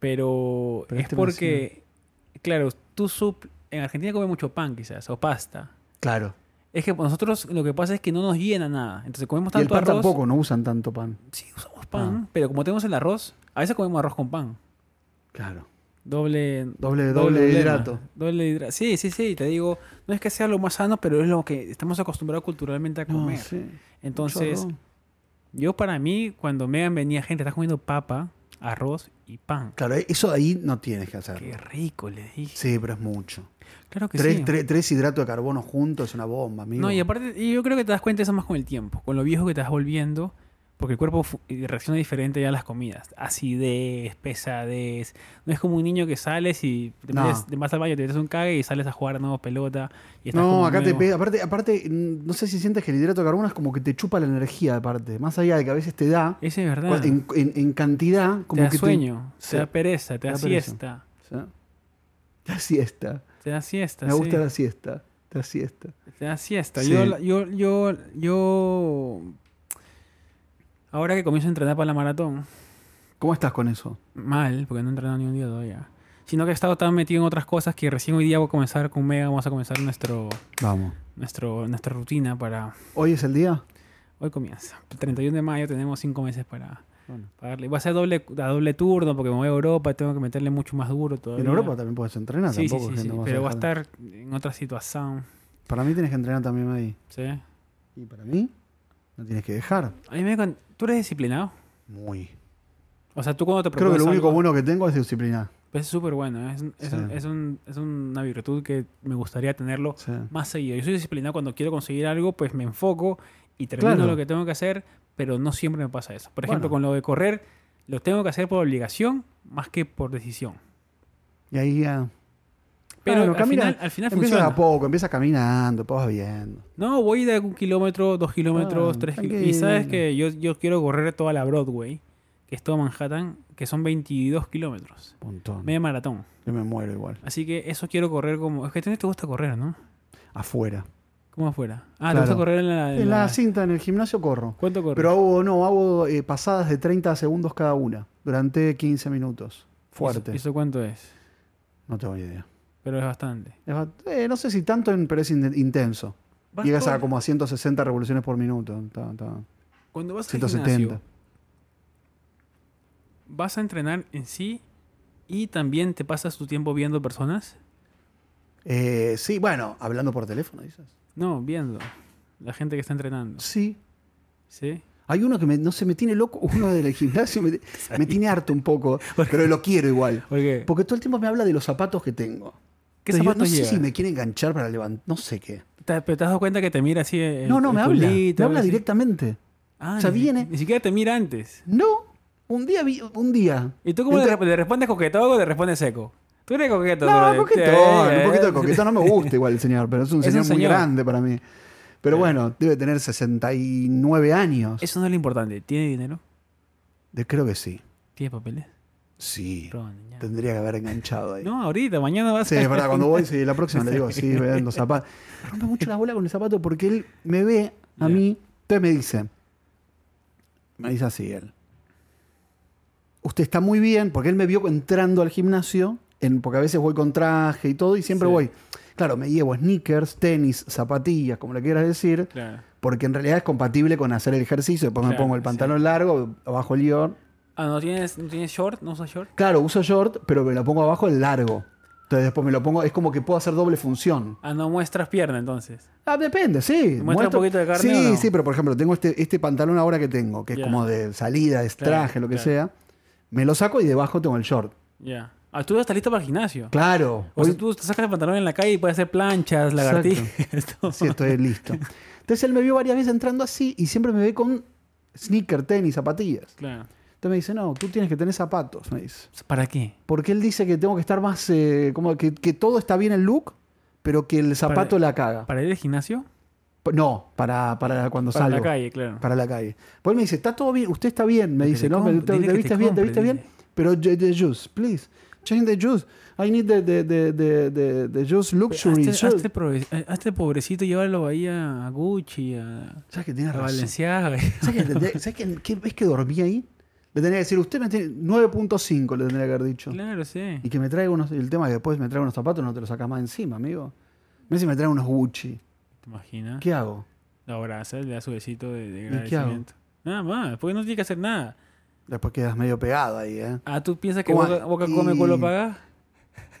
pero,
Pero
es
este
porque, claro, tú sup en Argentina come mucho pan quizás o pasta.
Claro.
Es que nosotros lo que pasa es que no nos llena nada, entonces comemos
Y el
tanto
pan
arroz.
tampoco, Ah. no usan tanto pan.
Sí, usamos pan, pero como tenemos el arroz, a veces comemos arroz con pan.
Claro.
Doble,
Doble- doble
problema.
hidrato.
Doble hidrato. Sí, sí, sí, te digo, no es que sea lo más sano, pero es lo que estamos acostumbrados culturalmente a comer. Entonces, yo para mí, cuando Megan venía, gente, estás comiendo papa, arroz y pan.
Claro, eso ahí no tienes que hacerlo.
Qué rico, le dije.
Sí, pero es mucho.
Claro que
Tres,
sí.
tres- tres hidratos de carbono juntos es una bomba, amigo.
No, y aparte, y yo creo que te das cuenta de eso más con el tiempo, con lo viejo que te vas volviendo, porque el cuerpo fu- eh, reacciona diferente ya a las comidas. Acidez, pesadez. No es como un niño que sales y te,
No.
metes- te vas al baño, te metes un cague y sales a jugar nuevo pelota. Y estás
No,
como
acá te
nuevo.
pega. Aparte, aparte, mm, no sé si sientes que el hidrato de carbono es como que te chupa la energía, aparte. Más allá de que a veces te da
Ese es verdad.
cua- en, en- en cantidad, como
te da
que
sueño,
sí.
te da pereza, te
Te
da,
da pereza.
siesta,
Te, ¿sí? Te da siesta.
te da siesta.
Me
sí.
gusta la siesta. Te da siesta.
Te da siesta.
Sí.
Yo, la- yo, yo, yo. Ahora que comienzo a entrenar para la maratón,
¿Cómo estás con eso?
mal, porque no he entrenado ni un día todavía. Sino que he estado tan metido en otras cosas que recién hoy día voy a comenzar con Mega, vamos a comenzar nuestro,
Vamos.
nuestro, nuestra rutina para.
¿Hoy es el día?
Hoy comienza. El 31 de mayo tenemos cinco meses para,
Bueno.
para darle. Va a ser doble, a doble turno porque me voy a Europa, tengo que meterle mucho más duro todavía.
En Europa también puedes entrenar,
Sí, sí,
tampoco. es
sí,
que
sí,
no vas
Pero va a
dejar-
estar en otra situación.
Para mí tienes que entrenar también ahí.
¿sí?
Y para mí, no tienes que dejar.
A mí me con- ¿Tú eres disciplinado?
Muy.
O sea, tú cuando te
Creo que
propones
lo único
algo,
bueno que tengo es disciplina.
Es súper bueno. Es, un- es,
Sí.
un- es un- es una virtud que me gustaría tenerlo
O sea,
más seguido. Yo soy disciplinado cuando quiero conseguir algo, pues me enfoco y termino
Claro.
lo que tengo que hacer, pero no siempre me pasa eso. Por ejemplo,
Bueno.
con lo de correr, lo tengo que hacer por obligación más que por decisión.
y ahí ah, ya.
Pero
Bueno,
al,
camina-
final, al final
Empieza de
Eh, funciona.
a poco, empieza caminando, después vas viendo.
No, voy de un kilómetro, dos kilómetros,
Ah,
tres kilómetros.
tranquilo.
Y sabes que yo, yo quiero correr toda la Broadway, que es todo Manhattan, que son 22 kilómetros.
Montón.
Media maratón.
Yo me muero igual.
Así que eso quiero correr como... Es que a ti no te gusta correr, ¿no?
Afuera.
¿Cómo afuera? Ah,
Claro.
te gusta correr en la. en
En la
la-
cinta, en el gimnasio corro.
¿Cuánto corres?
Pero hago, no, hago eh, pasadas de 30 segundos cada una, durante 15 minutos. Fuerte.
¿Eso, eso cuánto es?
No tengo idea.
Pero es bastante.
Es ba- eh, no sé si tanto, en- pero es in- intenso. Llegas a como a 160 revoluciones por minuto. Ta, ta.
Cuando vas al
170.
gimnasio, ¿vas a entrenar en sí y también te pasas tu tiempo viendo personas?
Eh, sí, bueno, hablando por teléfono, dices.
No, viendo. La gente que está entrenando.
Sí.
¿Sí?
Hay uno que me- no sé, me tiene loco, uno del gimnasio me, me tiene harto un poco, pero lo quiero igual.
Porque.
Porque todo el tiempo me habla de los zapatos que tengo.
¿Qué
Entonces yo
zapatos
no sé
llevas?
si me quiere enganchar para levantar, no sé qué.
¿Te, pero te has dado cuenta que te mira así. el-
no, no,
el
me habla.
culito,
me habla
así?
directamente.
Ah,
O sea,
ni-
viene-
Ni siquiera te mira antes.
No, un día, vi- un día.
¿Y tú cómo le
Entonces-
re- le respondes coquetón o le respondes seco? Tú eres coqueto.
No,
brother.
coquetón,
Eh,
un poquito de
eh,
coquetón. No me gusta igual el señor, pero es un
Es un
señor muy
señor.
grande para mí. Pero bueno, debe tener 69 años.
Eso no es lo importante. ¿Tiene dinero?
De- creo que sí.
¿Tiene papeles?
Sí.
Perdón, ya.
Tendría que haber enganchado ahí.
No, ahorita, mañana vas
Sí,
a...
es verdad, cuando voy, sí, la próxima le digo, sí, vean los zapatos. Me rompe mucho la bola con el zapato porque él me ve a
Ya.
mí, entonces me dice, me dice así él. Usted está muy bien, porque él me vio entrando al gimnasio, en, porque a veces voy con traje y todo, y siempre
Sí.
voy. Claro, me llevo sneakers, tenis, zapatillas, como le quieras decir,
Claro.
porque en realidad es compatible con hacer el ejercicio. Después me
Claro,
pongo el pantalón largo, abajo el guión.
Ah, ¿no tienes, ¿no tienes short? ¿No usas short?
Claro, uso short, pero me lo pongo abajo el largo. Entonces después me lo pongo, es como que puedo hacer doble función.
Ah, no muestras pierna, entonces.
Ah, depende, sí.
¿Muestra un poquito de carne
Sí,
o no?
sí, pero por ejemplo, tengo este, este pantalón ahora que tengo, que es
Ya.
como de salida, es
Claro,
traje, lo que
claro.
sea. Me lo saco y debajo tengo el short.
Ya. Ah, tú ya estás listo para el gimnasio.
Claro.
O
hoy
sea, tú te sacas el pantalón en la calle y puedes hacer planchas, lagartijas, todo.
sí estoy listo. Entonces él me vio varias veces entrando así y siempre me ve con sneaker, tenis, zapatillas.
Claro.
Entonces Entonces me dice, no, tú tienes que tener zapatos, me dice.
¿Para qué?
Porque él dice que tengo que estar más, eh, como que, que todo está bien el look, pero que el zapato
Para-
la caga.
¿Para ir al gimnasio?
no, para, para cuando
Para
salgo.
la calle, claro.
Para la calle. Pues él me dice, está todo bien, usted está bien, me
Que
dice,
te
no, me,
compre,
te, te
dile que te
viste bien, te
compre,
viste bien,
dile.
pero j- the juice, please, change the juice. I need the, the, the, the, the, the juice luxury.
Hazte,
juice".
hazte prove- este, a- hazte pobrecito, llévalo ahí a Gucci, a,
¿Sabes que tiene
a
razón?
Balenciaga.
¿Sabes que, tendría- ¿sabes que, qué vez que dormí ahí? Le tendría que decir, usted me tiene 9.5, le tendría que haber dicho.
claro, sí.
Y que me traiga unos. El tema es que después me traiga unos zapatos, no te los sacas más encima, amigo. Me dice, me trae unos Gucci.
¿Te imaginas?
¿Qué hago?
Lo abraza, le da su besito
¿Y
de, de
qué hago?
agradecimiento. Nada más, porque no tiene que hacer nada.
Después quedas medio pegado ahí, ¿eh?
Ah, ¿tú piensas que
¿Cómo?
Boca, Boca come,
Y-
culo paga?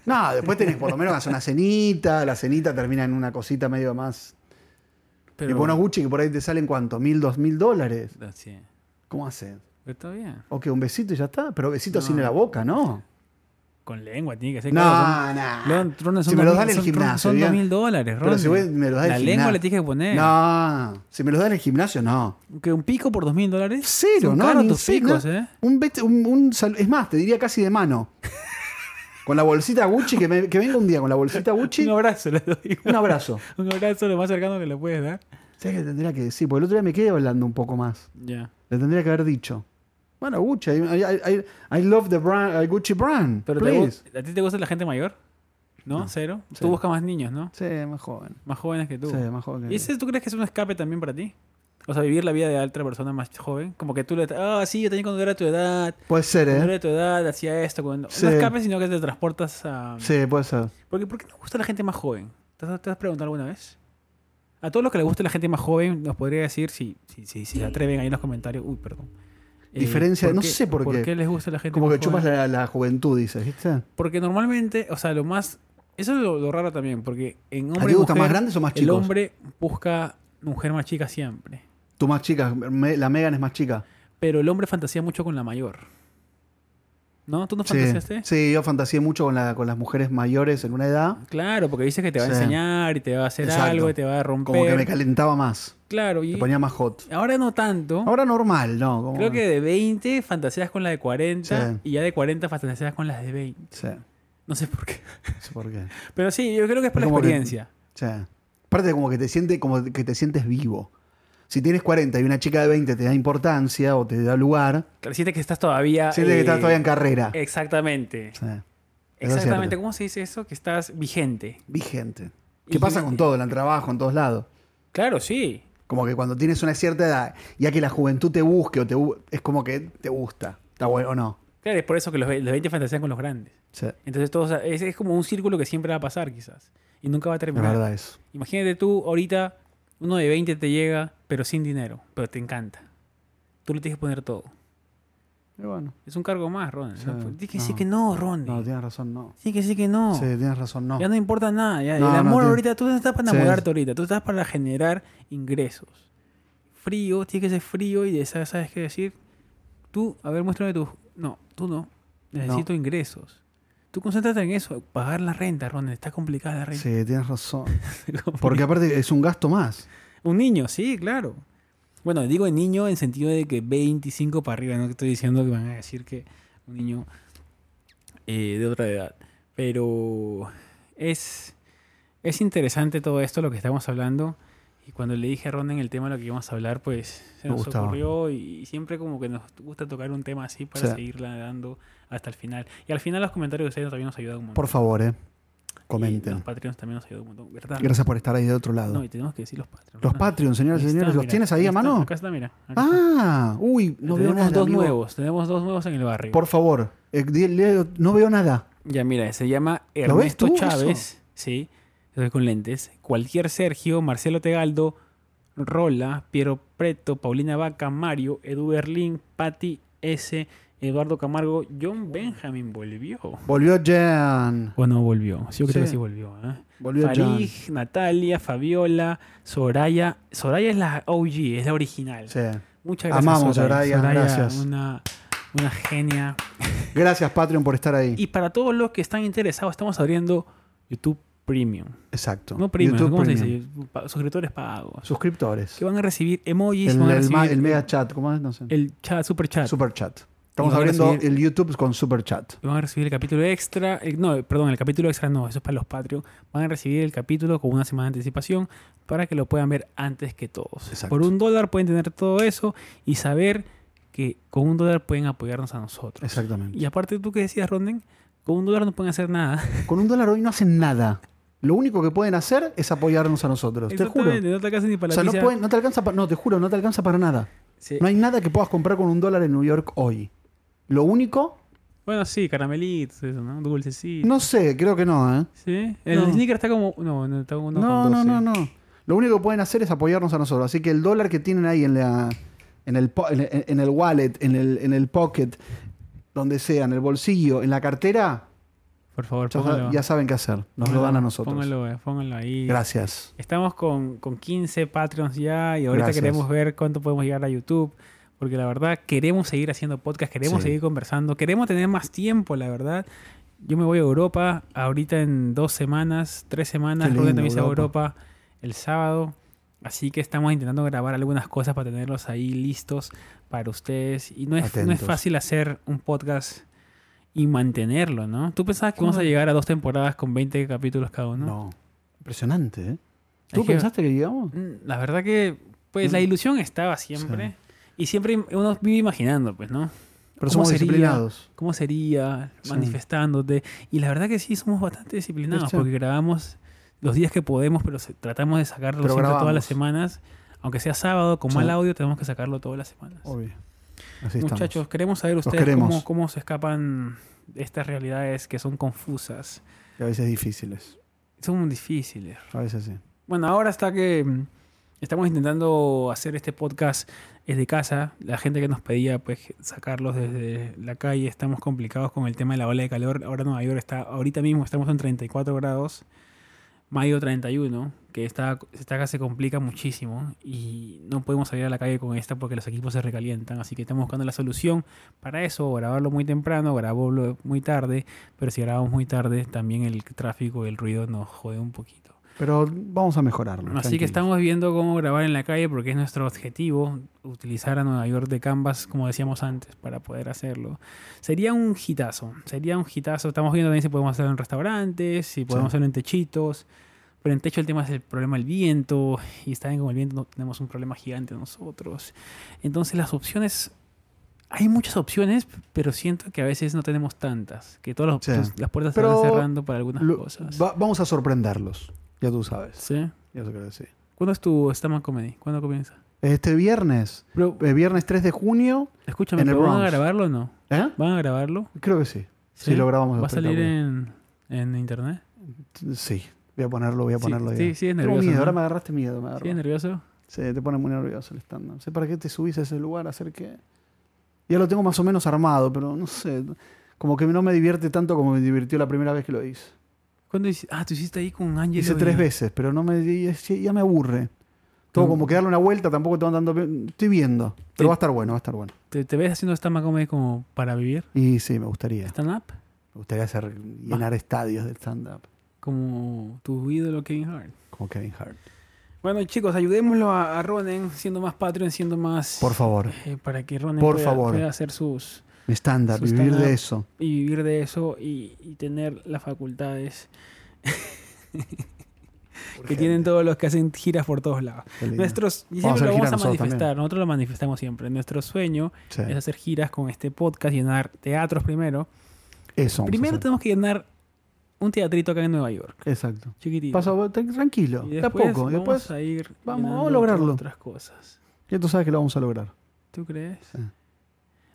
No, después tenés por lo menos hacer una cenita. La cenita termina en una cosita medio más.
Pero,
Tipo unos Gucci que por ahí te salen cuánto, mil, dos mil dólares.
Ah, Sí,
¿Cómo haces?
pero está bien.
Ok, un besito y ya está. Pero besito
No.
sin la boca, ¿no?
Con lengua tiene que ser.
No,
claro,
no.
son- Leon, Ron, son
Si me
dos
lo
mil-
dan en el
son- Ron,
gimnasio,
Son dos
bien.
mil dólares,
Pero
Ron.
si vos me lo das
La
del
lengua
gimnasio.
le tienes que poner.
No, si me los dan en el gimnasio, no.
Que un pico por dos mil dólares.
Cero,
Son
¿no?
caros
Ni
tus
cero.
picos, ¿eh?
Un bet- un- un sal- es más, te diría casi de mano. Con la bolsita Gucci, que, me- que venga un día con la bolsita Gucci,
Un abrazo le doy.
un abrazo.
Un abrazo lo más cercano que le puedes dar.
¿Sabes qué tendría que decir? Porque el otro día me quedé hablando un poco más.
Ya.
Le tendría que haber dicho. Bueno, Gucci, I, I- I- I love the brand, I Gucci brand.
Pero te
please.
gu- ¿a ti te gusta la gente mayor? ¿No? ¿Cero? Tú
cero.
buscas más niños, ¿no?
Sí, más joven.
Más jóvenes que tú.
Sí, más joven.
¿Y
que-
ese tú crees que es un escape también para ti? O sea, vivir la vida de otra persona más joven. Como que tú le... Ah, sí, yo también cuando era tu edad.
Puede ser,
Cuando
¿eh?
era tu edad hacía esto. Cuando...
Sí.
No escape, sino que te transportas a...
Sí, puede ser.
Porque, ¿Por qué nos gusta la gente más joven? ¿Te has, te has preguntado alguna vez? A todos los que les gusta la gente más joven, nos podría decir, si, si, si, si se atreven ahí en los comentarios, uy, perdón. Eh,
Diferencia-
¿por
no
qué-
sé por qué.
les gusta la gente
Como
más
que chupas
joven?
la, la juventud, dices, ¿viste?
Porque normalmente, o sea, lo más... Eso es lo, lo raro también, porque en
¿A
hombre
ti
y
te gustan más
mujer,
grandes o más
el
chicos?
hombre busca mujer más chica siempre.
Tú más chica, me- la Megan es más chica.
Pero el hombre fantasea mucho con la mayor. ¿No? ¿Tú no
Sí.
fantaseaste?
Sí, yo fantaseé mucho con, la- con las mujeres mayores en una edad.
Claro, porque dices que te va a
Sí.
enseñar y te va a hacer
Exacto.
algo y te va a romper.
Como que me calentaba más.
Claro, y
Me ponía más hot.
ahora no tanto.
Ahora normal, ¿no? Como-
Creo que de 20 fantaseas con la de 40
Sí.
y ya de 40 fantaseas con las de 20.
Sí,
No sé por qué.
no sé por qué.
Pero sí, yo creo que es por
Es
la
como que-
experiencia.
Sí. Aparte como que te sientes, como que te sientes vivo. Si tienes 40 y una chica de 20 te da importancia o te da lugar,
Que... Sientes que estás todavía.
sientes que
eh,
estás todavía en carrera.
Exactamente.
Sí. Eso es
Exactamente.
cierto.
¿Cómo se dice eso? Que estás vigente.
Vigente. ¿Qué
Y-
pasa con todo? En el trabajo, en todos lados.
Claro, sí.
Como que cuando tienes una cierta edad, ya que la juventud te busque o te bu- es como que te gusta. Está bueno o no.
Claro, es por eso que los, ve- los 20 fantasean con los grandes.
Sí.
Entonces todo, o sea, es, es como un círculo que siempre va a pasar quizás. Y nunca va a
Es
terminar.
verdad eso.
Imagínate tú, ahorita uno de 20 te llega, pero sin dinero, pero te encanta. Tú le tienes que poner todo.
Y bueno.
Es un cargo más, Ron.
Sí,
No, pues, tienes que
no.
decir que no, Ron.
No, tienes razón, no.
Sí, que sí, que no.
Sí, tienes razón, no.
Ya no importa nada. ya.
No,
el
no,
amor
tiene-
ahorita, tú no estás para
Sí.
enamorarte ahorita, tú estás para generar ingresos. Frío, tiene que ser frío y de esa sabes qué decir. Tú, a ver, muéstrame tú. No, tú no. Necesito ingresos. Tú concéntrate en eso, pagar la renta, Ron. Está complicada la renta.
Sí, tienes razón. Porque aparte es un gasto más.
Un niño, sí, claro. Bueno, digo niño en sentido de que 25 para arriba, no que estoy diciendo que van a decir que un niño eh, de otra edad. Pero es, es interesante todo esto, lo que estamos hablando. Y cuando le dije a Ron en el tema de lo que íbamos a hablar, pues se
Me
nos
gustaba.
ocurrió y, siempre como que nos gusta tocar un tema así para
Sí.
seguirla dando hasta el final. Y al final los comentarios de ustedes también nos ayudan un montón.
Por favor, eh.
Y
Comenten.
los Patreons también nos ayudan un montón, ¿verdad?
Gracias por estar ahí de otro lado.
No, y tenemos que decir los Patreons.
Los
¿verdad?
Patreons, señoras y
Ah, Ahí está,
señores, ¿los
mira,
tienes ahí a
está,
mano?
Acá está, mira. acá está.
Ah, uy, no veo
tenemos
nada.
dos
amigo.
nuevos, tenemos dos nuevos en el barrio.
Por favor, eh, di- leo- no veo nada.
Ya mira, se llama
¿Lo ves tú,
Ernesto Chávez, sí, estoy con lentes. Cualquier Sergio, Marcelo Tegaldo, Rola, Piero Preto, Paulina Vaca, Mario, Edu Berlín, Patti S, Eduardo Camargo, John Benjamin volvió.
Volvió Jan.
O no volvió, sí, yo creo
Sí.
que sí volvió, ¿eh?
Volvió Jan.
Farij, Natalia, Fabiola, Soraya. Soraya es la OG, es la original.
Sí.
Muchas gracias.
Amamos, Soraya, gracias.
Una, una genia.
Gracias, Patreon, por estar ahí.
Y para todos los que están interesados, estamos abriendo YouTube Premium.
Exacto.
No Premium,
YouTube
¿cómo se
Premium.
dice? YouTube pa- Suscriptores pagos.
Suscriptores.
Que van a recibir emojis,
El,
van a
el ma-
recibir
el mega chat, ¿cómo es? No sé.
el chat, super chat.
Super chat. Estamos
Y van a
abriendo
recibir-
el YouTube con Super Chat.
Van a recibir el capítulo extra. eh, no, perdón, el capítulo extra no, eso es para los Patreon. Van a recibir el capítulo con una semana de anticipación para que lo puedan ver antes que todos.
Exacto.
Por un dólar pueden tener todo eso y saber que con un dólar pueden apoyarnos a nosotros.
Exactamente.
Y aparte, tú que decías, Ronden, con un dólar no pueden hacer nada.
Con un dólar hoy no hacen nada. Lo único que pueden hacer es apoyarnos a nosotros. Te juro.
Exactamente, no te alcanza ni para
O
la
sea, no,
pizza.
pueden- no te alcanza pa- no, te juro, no te alcanza para nada.
Sí.
No hay nada que puedas comprar con un dólar en New York hoy. Lo único,
Bueno, sí, caramelitos, eso, ¿no? Dulcecito.
no sé, creo que no, ¿eh?
¿Sí? El
No.
sneaker está como. No, no, está uno
No,
con
no,
doce.
no, no. Lo único que pueden hacer es apoyarnos a nosotros. Así que el dólar que tienen ahí en, la, en, el, po- en, en- en el wallet, en el, en el pocket, donde sea, en el bolsillo, en la cartera,
Por favor,
ya, sa-
póngalo.
ya saben qué hacer. Nos lo
Póngalo,
dan a nosotros.
Póngalo, eh, póngalo ahí.
Gracias.
Estamos con, con 15 Patreons ya y ahorita
Gracias.
queremos ver cuánto podemos llegar a YouTube. Porque la verdad, queremos seguir haciendo podcast, queremos
Sí.
seguir conversando, queremos tener más tiempo, la verdad. Yo me voy a Europa ahorita en dos semanas, tres semanas.
Qué
Rubén
lindo,
también se va a
Europa.
Europa el sábado. Así que estamos intentando grabar algunas cosas para tenerlos ahí listos para ustedes. Y no es, no es
Atentos.
fácil hacer un podcast y mantenerlo, ¿no? Tú pensabas que vamos a llegar a dos temporadas con 20 capítulos cada uno.
No. Impresionante, ¿eh? ¿Tú
que-
pensaste que llegamos?
Mm, La verdad que, pues,
Mm.
la ilusión estaba siempre. Y siempre im- uno vive imaginando, pues, ¿no?
Pero
¿Cómo
somos
sería?
disciplinados.
¿Cómo sería?
Sí.
Manifestándote. Y la verdad que sí, somos bastante disciplinados
Sí.
porque grabamos los días que podemos, pero se- tratamos de sacarlo
Pero
siempre todas
grabamos.
las semanas. Aunque sea sábado, con
Sí.
mal audio, tenemos que sacarlo todas las semanas.
Obvio. Así estamos.
Muchachos, queremos saber ustedes
queremos.
cómo, cómo se escapan de estas realidades que son confusas.
Y a veces difíciles.
Son difíciles.
A veces sí.
Bueno, ahora está que mm, estamos intentando hacer este podcast desde casa. La gente que nos pedía pues sacarlos desde la calle, estamos complicados con el tema de la ola de calor. Ahora Nueva York está, ahorita mismo estamos en 34 grados, mayo 31, que está, esta acá se complica muchísimo y no podemos salir a la calle con esta porque los equipos se recalientan. Así que estamos buscando la solución para eso, o grabarlo muy temprano, o grabarlo muy tarde. Pero si grabamos muy tarde, también el tráfico y el ruido nos jode un poquito.
Pero vamos a mejorarlo.
Así que
tranquilos.
estamos viendo cómo grabar en la calle porque es nuestro objetivo, utilizar a Nueva York de Canvas, como decíamos antes, para poder hacerlo. Sería un hitazo, sería un hitazo. Estamos viendo también si podemos hacerlo en restaurantes, si podemos
Sí.
hacerlo en techitos. Pero en techo el tema es el problema del viento y está bien con el viento no- tenemos un problema gigante nosotros. Entonces las opciones, hay muchas opciones, pero siento que a veces no tenemos tantas, que todas las,
Sí.
tus- las puertas
Pero
se van cerrando para algunas
Lo-
cosas.
va- vamos a sorprenderlos. Ya tú sabes.
¿Sí?
Ya te quiero decir.
¿Cuándo es tu Stammer Comedy? ¿Cuándo comienza?
Este viernes,
Pero,
eh, viernes 3 de junio,
escúchame,
en el
¿pero ¿van a
Bronx.
grabarlo o no?
¿eh?
¿Van a grabarlo?
Creo que sí. Sí, lo grabamos
¿Va a salir
espectacular.
en, en internet?
Sí. Voy a ponerlo, voy a
Sí,
ponerlo.
sí,
ya.
sí,
Tengo
es nervioso,
miedo,
¿no?
ahora me agarraste miedo. Me agarró.
¿Sí, nervioso?
Sí, te pone muy nervioso el stand-up. Sé para qué te subís a ese lugar, a hacer qué. Ya lo tengo más o menos armado, pero no sé. Como que no me divierte tanto como me divirtió la primera vez que lo hice.
¿Cuándo hici- Ah, tú hiciste ahí con Ángel.
Hice tres veces, pero no me y- y- ya me aburre. Tengo
Mm.
como que darle una vuelta, tampoco tengo tanto. Estoy viendo.
Sí.
Pero va a estar bueno, va a estar bueno.
¿Te, te ves haciendo stand comedy como para vivir?
Y sí, me gustaría.
¿Stand up?
Me gustaría hacer llenar
Ah.
estadios de stand-up.
Como tu ídolo Kevin Hart.
Como Kevin Hart.
Bueno, chicos, ayudémoslo a, a Ronen, siendo más Patreon, siendo más.
Por favor,
eh, para que Ronen
Por
pueda-
favor.
pueda hacer sus.
mi stand-up,
Su
vivir
stand-up.
de eso.
y vivir de eso y, y tener las facultades que tienen todos los que hacen giras por todos lados.
Qué lindo.
Nuestros,
Vamos a
y siempre
hacer
lo
giras
vamos a
nosotros
manifestar,
también.
nosotros lo manifestamos siempre. Nuestro sueño
Sí,
es hacer giras con este podcast, llenar teatros primero.
Eso. vamos a
primero
hacer.
tenemos que llenar un teatrito acá en Nueva York,
Exacto.
chiquitito.
Paso, tra- tranquilo,
y
de a
después
poco.
vamos
Después
a ir
vamos- vamos a
llenando
lograrlo.
otras cosas.
ya tú sabes que lo vamos a lograr.
¿Tú crees?
Sí.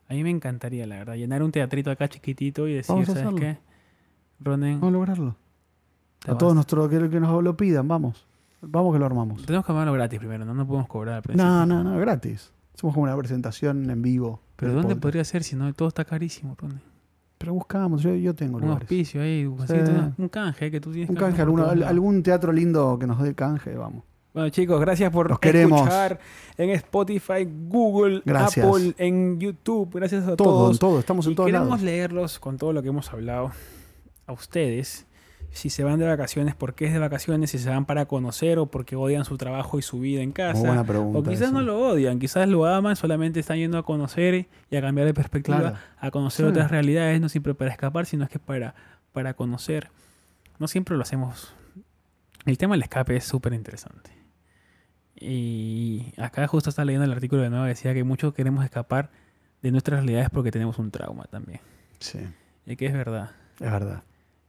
A mí me encantaría, la verdad, llenar un teatrito acá chiquitito y decir,
Vamos a
¿sabes
hacerlo.
qué? Ronen,
Vamos a lograrlo.
te
A
vas".
todos nuestros que, que nos lo pidan, vamos. Vamos que lo armamos.
Tenemos que armarlo gratis primero, no, no podemos cobrar al principio.
No, no, no, gratis. Somos como una presentación en vivo.
Pero
del
¿dónde
podcast.
podría ser si no? Todo está carísimo. Ronnie?
Pero buscamos, yo, yo tengo
Un
lugares.
auspicio ahí, un,
Sí.
así, una- un canje que tú tienes.
Un
que hacer
canje,
por
alguno-
todos
al-
lados.
algún teatro lindo que nos dé canje, vamos.
Bueno chicos, gracias por
Los queremos.
escuchar en Spotify, Google,
Gracias.
Apple, en YouTube. Gracias
Todo,
a todos.
en todo, estamos en
Y
todos
queremos
lados.
leerlos con todo lo que hemos hablado a ustedes. si se van de vacaciones, por qué es de vacaciones, si se van para conocer o porque odian su trabajo y su vida en casa.
Muy buena pregunta
o quizás
esa.
no lo odian, quizás lo aman, solamente están yendo a conocer y a cambiar de perspectiva,
Claro.
a conocer
Sí.
otras realidades, no siempre para escapar, sino es que para, para conocer. No siempre lo hacemos. El tema del escape es súper interesante. Y acá justo está leyendo el artículo de nuevo, decía que muchos queremos escapar de nuestras realidades porque tenemos un trauma también.
Sí, es
Y que es verdad.
verdad.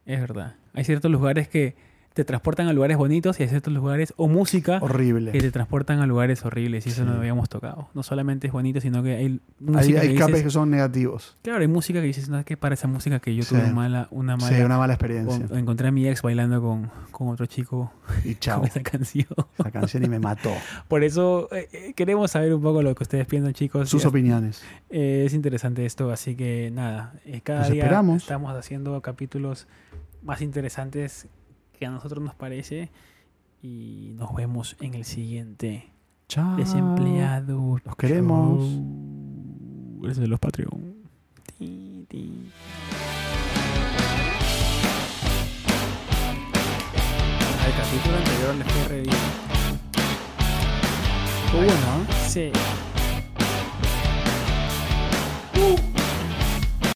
Es verdad. Hay ciertos lugares que te transportan a lugares bonitos y hay ciertos lugares o música
Horrible.
Ah, que te transportan a lugares horribles y eso
Sí.
no lo habíamos tocado. No solamente es bonito, sino que hay
Hay,
música
hay
que
escapes
dices-
que son negativos.
claro, hay música que dices, no, que para esa música que yo
Sí.
tuve mala, una mala.
Sí, una mala
o-
experiencia.
o encontré a mi ex bailando con, con otro chico
Y chao.
con esa canción.
Esa canción y me mató.
Por eso eh, eh, queremos saber un poco lo que ustedes piensan, chicos.
Sus
Ya-
opiniones.
Eh, es interesante esto, así que nada, eh, cada
Los
día
esperamos.
estamos haciendo capítulos más interesantes que a nosotros nos parece y nos vemos en el siguiente.
Chao.
Desempleado.
Los queremos.
Show. Es de los Patreon. Ti, ti. Al capítulo anterior les fue re bien.
Estuvo bueno, ¿eh?
Sí.